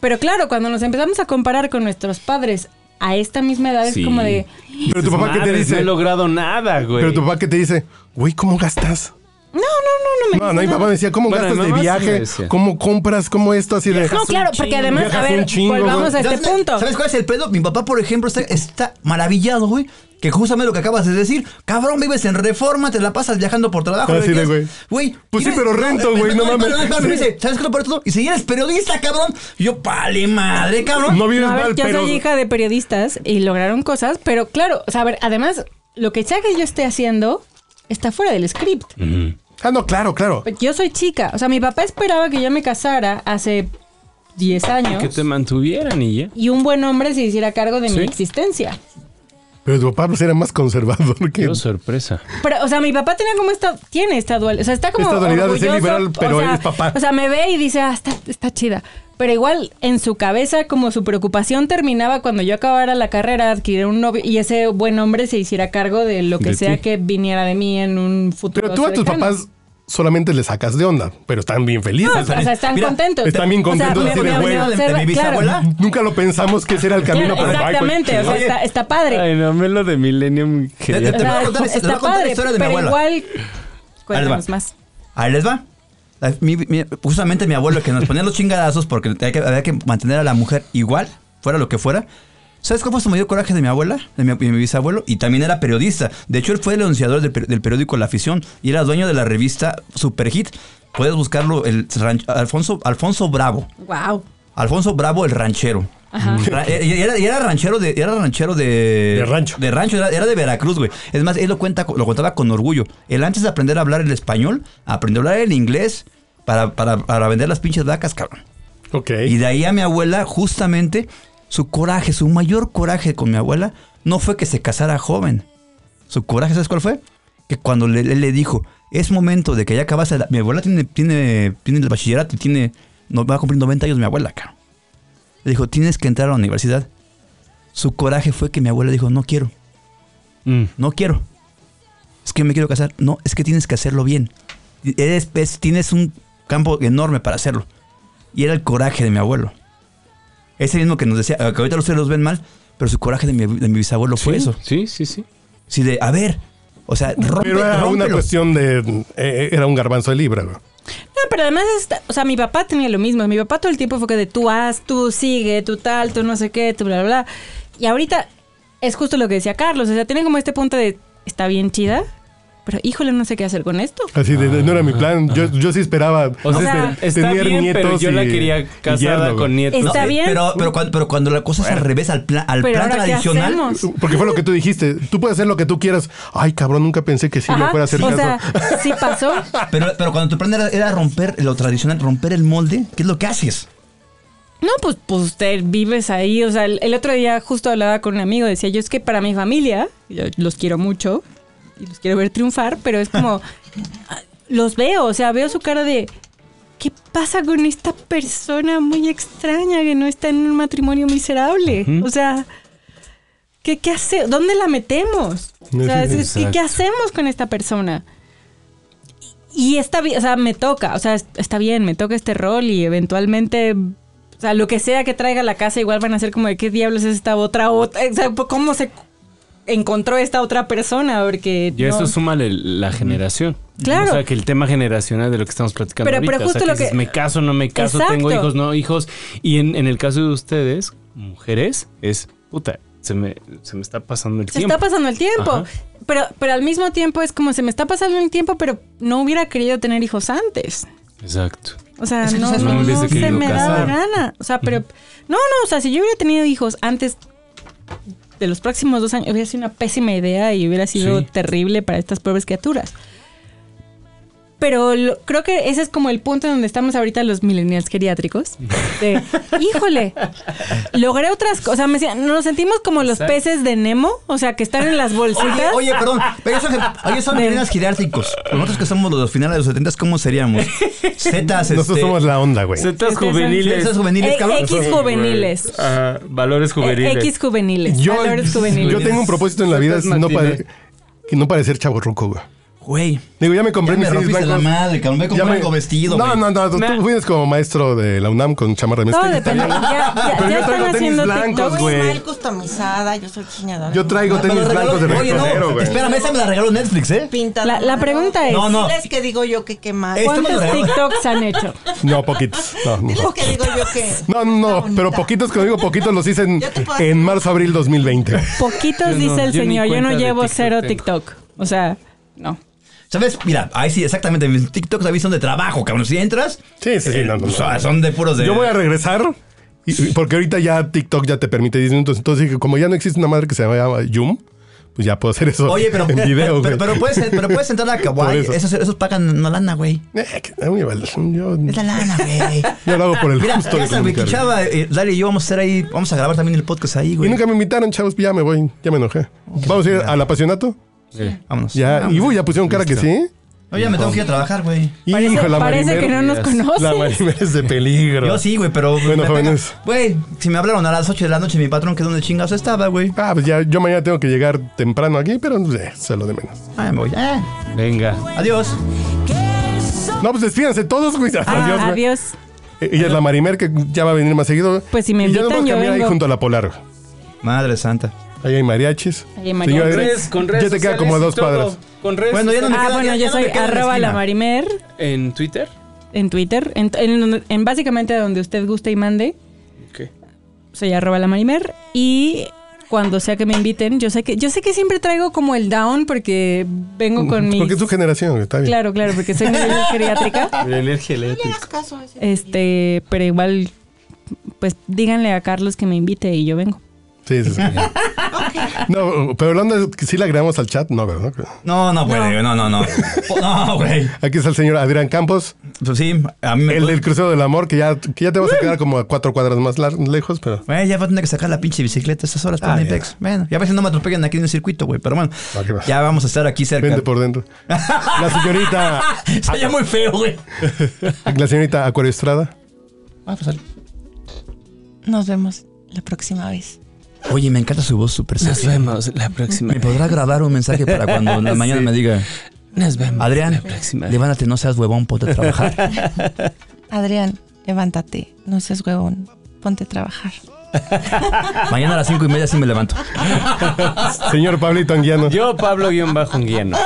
S7: pero claro, cuando nos empezamos a comparar con nuestros padres a esta misma edad,
S4: Sí.
S7: es como de.
S5: Pero tu papá, ¿qué te
S4: Madres, No
S5: dice?
S4: he logrado nada, güey.
S5: Pero tu papá, ¿qué te dice? Güey, ¿cómo gastas?
S7: No, no, no, no me.
S5: No, no, mi papá me decía, ¿cómo
S4: Bueno,
S5: gastas
S4: mi
S5: de
S4: mamá sí me
S5: viaje?
S4: decía.
S5: ¿Cómo compras? ¿Cómo esto? Así de.
S7: No, claro, porque además, a
S5: Viajas un
S7: ver,
S5: chingo,
S7: volvamos a
S5: güey.
S7: este
S6: ¿Sabes-
S7: punto.
S6: ¿Sabes cuál es el pedo? Mi papá, por ejemplo, está, está maravillado, güey. Que justamente lo que acabas de decir, cabrón, vives en reforma, te la pasas viajando por trabajo.
S5: Así
S6: lo que
S5: de,
S6: quieras.
S5: güey.
S6: Güey. eh,
S5: Pues sí,
S6: ¿quieres-
S5: pero rento, güey, no mames.
S6: Me dice, ¿sabes qué es lo peor de todo? Y si eres periodista, cabrón. Y yo, pale madre, cabrón.
S5: No vives
S7: No, a ver,
S5: mal,
S7: yo
S5: pero.
S7: soy hija de periodistas y lograron cosas, pero claro, o sea, a ver, además, lo que sea que yo esté haciendo está fuera del script.
S5: Ah, no, claro, claro.
S7: Pero Yo soy chica. O sea, mi papá esperaba que yo me casara hace 10 años.
S4: Que te mantuvieran y ya.
S7: Y un buen hombre se hiciera cargo de
S4: Sí.
S7: mi existencia.
S5: Pero tu papá pues, era más conservador que.
S4: Qué sorpresa.
S7: Pero, o sea, mi papá tenía como esta, tiene esta dualidad. O sea, está como.
S5: Esta dualidad de ser
S7: orgulloso,
S5: liberal, pero
S7: o sea,
S5: él es papá.
S7: O sea, me ve y dice, ah, está, está chida. Pero igual, en su cabeza, como su preocupación terminaba cuando yo acabara la carrera, adquirir un novio y ese buen hombre se hiciera cargo de lo que
S4: De
S7: sea
S4: ti.
S7: que viniera de mí en un futuro.
S5: Pero tú a tus
S7: cercano.
S5: papás solamente le sacas de onda, pero están bien
S7: No,
S5: felices. ¿eh?
S7: o sea, están
S6: Mira,
S7: contentos.
S5: están bien
S7: O sea,
S5: contentos
S7: me-
S5: así de,
S7: me- me
S5: "Güey,
S7: observa-
S6: ¿te viviste,
S7: claro,
S6: abuela?"
S5: Nunca lo pensamos que ese era el pues. camino
S7: claro,
S5: para
S7: exactamente. O sea, está, está padre.
S4: Ay, no, a mí lo de Millennium que
S6: Te-
S4: ya
S6: te-
S4: te-
S6: voy a contar-
S7: O sea,
S6: te voy a
S7: está
S6: contar la
S7: padre,
S6: historia de mi
S7: pero
S6: abuela.
S7: igual cuéntanos
S6: va.
S7: más.
S6: Ahí les va. La- mi- mi- justamente mi abuelo que nos ponía los chingadazos porque tenía que- había que mantener a la mujer igual, fuera lo que fuera. ¿Sabes cómo se me dio coraje de mi abuela, de mi, de mi bisabuelo? Y también era periodista. De hecho, él fue el anunciador del, per- del periódico La Afición y era dueño de la revista Superhit. Puedes buscarlo, el ran- Alfonso, Alfonso Bravo.
S7: Wow.
S6: Alfonso Bravo el ranchero. Ra- eh, y era, y era ranchero de era ranchero de,
S5: De rancho.
S6: de rancho era, era de Veracruz güey es más él lo cuenta lo contaba con orgullo él antes de aprender a hablar el español aprendió a hablar el inglés para, para, para vender las pinches vacas cabrón
S5: Ok.
S6: y de ahí a mi abuela justamente su coraje su mayor coraje con mi abuela no fue que se casara joven su coraje sabes cuál fue que cuando le, le- le dijo es momento de que ya acabaste la- mi abuela tiene tiene tiene el bachillerato y tiene no, va a cumplir 90 años mi abuela cabrón le dijo, tienes que entrar a la universidad. Su coraje fue que mi abuela dijo, no quiero,
S4: Mm.
S6: no quiero. Es que me quiero casar. No, es que tienes que hacerlo bien. Eres- es- tienes un campo enorme para hacerlo. Y era el coraje de mi abuelo. Ese mismo que nos decía, que ahorita ustedes los ven mal, pero su coraje de mi, de mi bisabuelo fue
S4: Sí,
S6: eso.
S4: Sí, sí, sí.
S6: Sí, de, a ver, o sea, rompe,
S5: Pero era una
S6: rómpelo.
S5: cuestión de. eh, era un garbanzo de libra, güey.
S7: No, pero además, está- o sea, mi papá tenía lo mismo. Mi papá todo el tiempo fue que de tú haz, tú sigue, tú tal, tú no sé qué, tú bla, bla, bla. Y ahorita es justo lo que decía Carlos. O sea, tienen como este punto de está bien chida, pero híjole, no sé qué hacer con esto.
S5: Así de, no era mi plan. Yo, yo sí esperaba
S4: Ah. O sea,
S7: sea,
S4: está- está bien, pero yo la
S5: y- y
S4: quería casada
S5: yerno, güey.
S4: con nietos.
S7: Está bien.
S6: Pero, pero, cuando, pero cuando la cosa es al revés, al, pla- al
S7: Pero
S6: plan
S7: ahora, ¿qué
S6: tradicional,
S7: hacemos?
S5: Porque fue lo que tú dijiste. Tú puedes hacer lo que tú quieras. Ay, cabrón, nunca pensé que sí me
S7: Ajá,
S5: fuera a hacer
S7: o
S5: caso.
S7: sea, sí pasó.
S6: Pero, pero cuando tu plan era, era romper lo tradicional, romper el molde, ¿qué es lo que haces?
S7: No, pues, pues te vives ahí. O sea, el, el otro día justo hablaba con un amigo, decía yo, es que para mi familia, yo los quiero mucho y los quiero ver triunfar, pero es como, ah, los veo, o sea, veo su cara de, ¿qué pasa con esta persona muy extraña que no está en un matrimonio miserable? O sea, ¿qué, qué hace? ¿Dónde la metemos? O sea, es- es que, ¿qué,
S4: Exacto.
S7: hacemos con esta persona? Y, y está bien, o sea, me toca, o sea, es- está bien, me toca este rol y eventualmente... O sea, lo que sea que traiga a la casa, igual van a ser como de qué diablos es esta otra otra. O sea, ¿cómo se encontró esta otra persona? Porque.
S4: Y a
S7: no-
S4: eso suma la generación.
S7: Claro.
S4: O sea, que el tema generacional de lo que estamos platicando
S7: Pero-
S4: ahorita.
S7: pero
S4: o sea,
S7: justo lo
S4: dices,
S7: que-
S4: me caso, no me caso,
S7: Exacto.
S4: tengo hijos, no hijos. Y en, en el caso de ustedes, mujeres, es puta, se me, se me está pasando el
S7: Se
S4: tiempo.
S7: está pasando el tiempo.
S4: Ajá.
S7: Pero, pero al mismo tiempo es como se me está pasando el tiempo, pero no hubiera querido tener hijos antes.
S4: Exacto.
S7: O sea,
S6: Es que
S7: no,
S6: sabes,
S7: no,
S4: no hubiese
S7: no se
S4: querido
S7: me daba
S4: casar.
S7: gana. O sea, pero. No, no, o sea, si yo hubiera tenido hijos antes de los próximos dos años, hubiera sido una pésima idea y hubiera sido
S4: Sí.
S7: terrible para estas pobres criaturas. Pero lo- creo que ese es como el punto en donde estamos ahorita los millennials geriátricos.
S6: [laughs]
S7: De, híjole, logré otras cosas. O sea, me decía, nos sentimos como los
S4: Exacto.
S7: peces de Nemo, o sea, que están en las
S6: Oye,
S7: bolsitas.
S6: oye, perdón, pero ellos son, ellos son millennials geriátricos. Nosotros que somos los finales de los 70, ¿cómo seríamos? Zetas, este,
S5: [laughs] [laughs] Nosotros somos la onda, güey.
S4: Zetas
S7: Zetas
S4: juveniles.
S6: Zetas juveniles,
S7: Eh,
S6: cabrón.
S7: X juveniles.
S4: Ajá, valores juveniles.
S7: Eh, X juveniles.
S5: Yo,
S7: valores juveniles.
S5: yo tengo un propósito en la vida, es no,
S4: Martínez.
S5: pare- que no parecer chavo güey.
S6: Güey.
S5: Digo, ya me
S6: Ya
S5: compré
S6: me
S5: mis tenis
S6: rompiste
S5: blancos.
S6: la madre, cabrón. Ve a
S5: Ya
S6: comprar
S5: me-
S6: algo vestido,
S5: No,
S6: güey.
S5: no, no. Tú
S4: Nah.
S5: vienes como maestro de la UNAM con chamarra de
S7: Todo
S5: mezclilla.
S7: depende. Ya, ya-
S5: Pero
S7: ya
S5: yo
S7: están
S5: traigo tenis
S7: haciendo
S5: blancos,
S7: TikToks.
S8: Muy
S5: güey.
S8: mal customizada, yo soy diseñadora.
S5: Yo traigo
S6: Me lo
S5: tenis
S6: regaló-
S5: blancos de
S6: Oye,
S5: reggaetonero,
S6: no,
S5: güey.
S6: espérame, esa me la regaló Netflix, ¿eh?
S8: Pinta
S7: La- la pregunta es-
S6: No, no.
S8: Es que digo yo que qué mal.
S6: Esto-
S7: ¿Cuántos TikToks han hecho?
S5: No, poquitos. No, no.
S8: Diles que digo yo que.
S5: [laughs] No, no, no, pero poquitos, que digo poquitos, los hice en,
S8: Yo te puedo-
S5: en marzo, abril 2020.
S7: Poquitos
S4: Yo no,
S7: dice el
S4: yo ni
S7: señor. Yo no
S4: cuenta de
S7: llevo
S4: TikTok
S7: cero
S4: tengo.
S7: TikTok. O sea, no.
S6: ¿Sabes? Mira, ahí sí, exactamente. Mis TikToks ahí son de trabajo, cabrón. Si entras,
S5: Sí, sí, sí. no, no,
S6: o
S5: no.
S6: sea, son de puros de.
S5: Yo voy a regresar. y- y- porque ahorita ya TikTok ya te permite 10 minutos. Entonces dije, como ya no existe una madre que se llama Yum, pues ya puedo hacer eso
S6: Oye, pero,
S5: [laughs] en video, güey.
S6: pero, pero puedes, pero puedes entrar a Kawaii.
S5: [laughs] Por eso.
S6: Esos, esos pagan no lana, güey.
S5: Eh, que- a mí me vale, yo,
S6: Es la lana,
S5: [laughs]
S6: güey.
S5: yo lo hago por el
S6: Mira,
S5: gusto de
S6: ya sabes, Vicky
S5: comunicar.
S6: Chava, eh, Lali y yo vamos a estar ahí, vamos a grabar también el podcast ahí,
S5: Y
S6: güey.
S5: nunca me invitaron, chavos, ya me voy, ya me enojé. Vamos a ir al apasionato.
S6: Vámonos.
S5: Ya, y uy, ya pusieron cara que sí.
S6: No, ya me tengo que ir a trabajar, güey.
S7: Parece,
S5: Hijo, la
S7: parece
S5: Marimer-
S7: que no nos
S5: La [laughs]
S7: conoces.
S5: Marimer es de peligro.
S6: Yo sí, güey, pero.
S5: Bueno,
S6: me
S5: jóvenes.
S6: pega- Güey, si me hablaron a las 8 de la noche, mi patrón que donde chingados estaba, güey.
S5: Ah, pues ya, yo mañana tengo que llegar temprano aquí, pero eh, se lo de menos.
S6: Ay, me voy. Eh,
S4: Venga.
S6: adiós.
S5: No, pues despídanse todos, güey. Adiós,
S7: Ah,
S5: güey.
S7: adiós.
S5: Ella es la Marimer que ya va a venir más seguido.
S7: Pues si me
S5: Y ya nos
S7: invitan,
S5: vamos a
S7: yo
S5: cambiar ahí
S7: vengo.
S5: junto a la Polar. güey.
S6: Madre santa.
S5: Ahí hay mariachis.
S7: Ahí hay mariachis.
S5: Señora, Ya te queda como a dos
S4: cuadras.
S5: cuadras.
S4: Con redes
S6: Bueno, ya no me
S7: Ah,
S6: queda-
S7: bueno,
S6: ya- ya
S7: yo
S6: no
S7: soy
S6: me queda en la
S7: arroba la
S6: esquina.
S7: marimer
S4: en Twitter.
S7: en Twitter, en, en- en básicamente donde usted guste y mande.
S4: Ok.
S7: Soy arroba la marimer y cuando sea que me inviten, yo sé que yo sé que siempre traigo como el down porque vengo con mi
S5: Porque es tu generación, güey, está bien.
S7: Claro, claro, porque soy muy geriátrica.
S4: La energía eléctrica.
S8: caso ese.
S7: Este, pero igual, pues díganle a Carlos que me invite y yo vengo.
S5: Sí,
S7: [laughs]
S5: sí, sí. no, pero hablando de que sí la agregamos al chat, no, ¿verdad?
S6: No, no puede, güey, no, no, no. Oh, No, güey.
S5: Aquí está el señor Adrián Campos,
S6: Pues sí, a mí me.
S5: el del crucero del amor, que ya, que ya te vas a quedar como a cuatro cuadras más lar- lejos, pero
S6: Güey, ya va a tener que sacar la pinche bicicleta estas horas para
S5: Ah,
S6: mi
S5: ya.
S6: pex. Bueno, ya a veces no me atropellan aquí en el circuito, güey. Pero bueno,
S5: Ah, qué va.
S6: ya vamos a estar aquí cerca.
S5: vente pues. por dentro. La señorita,
S6: Se oye muy feo, güey.
S5: la señorita Acuario Estrada.
S6: Ah, pues, sale.
S8: Nos vemos la próxima vez.
S6: Oye, me encanta su voz súper sexy.
S4: vemos la próxima.
S6: ¿Me podrá grabar un mensaje para cuando [laughs] en la mañana
S4: Sí.
S6: me diga,
S4: Nos vemos
S6: Adrián, levántate, no seas huevón, ponte a trabajar?
S8: Adrián, levántate. No seas huevón. Ponte a trabajar.
S6: mañana a las cinco y media sí me levanto.
S5: Ah, Señor Pablito Anguiano.
S4: Yo, Pablo guión bajo un guiano.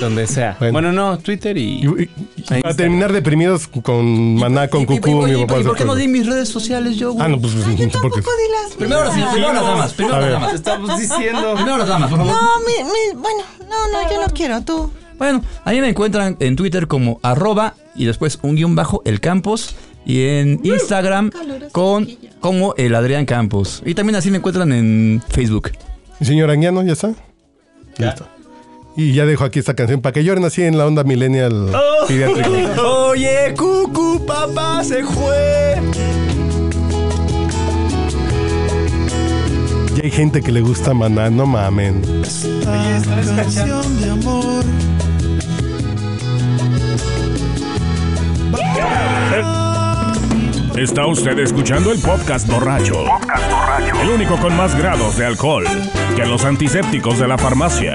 S4: Donde sea.
S5: Bueno.
S4: Bueno, no, Twitter y.
S5: Y- y-
S4: Ahí
S5: para
S4: está.
S5: terminar deprimidos con Maná, con Cucú, mi papá.
S6: ¿Y por qué
S5: se
S6: no
S5: fue.
S6: di mis redes sociales yo, güey?
S5: Ah, no, pues porque
S6: Primero las, primero las damas, primero
S5: A
S6: las
S5: ver.
S6: damas.
S4: Estamos diciendo.
S6: Primero las damas, por favor.
S8: No, mi, mi- bueno, no, no, yo no quiero. Tú.
S6: Bueno, ahí me encuentran en Twitter como arroba y después un guión bajo el Campos y en Instagram con como el Adrián Campos. Y también así me encuentran en Facebook.
S5: Señor Anguiano, ¿ya está? Listo. Y ya dejo aquí esta canción para que lloren así en la onda millennial
S6: Oh.
S5: pediátrica.
S6: Oye, cucu, papá se fue.
S5: Ya hay gente que le gusta Maná, no mamen.
S2: Está usted escuchando el podcast borracho. El único con más grados de alcohol que los antisépticos de la farmacia.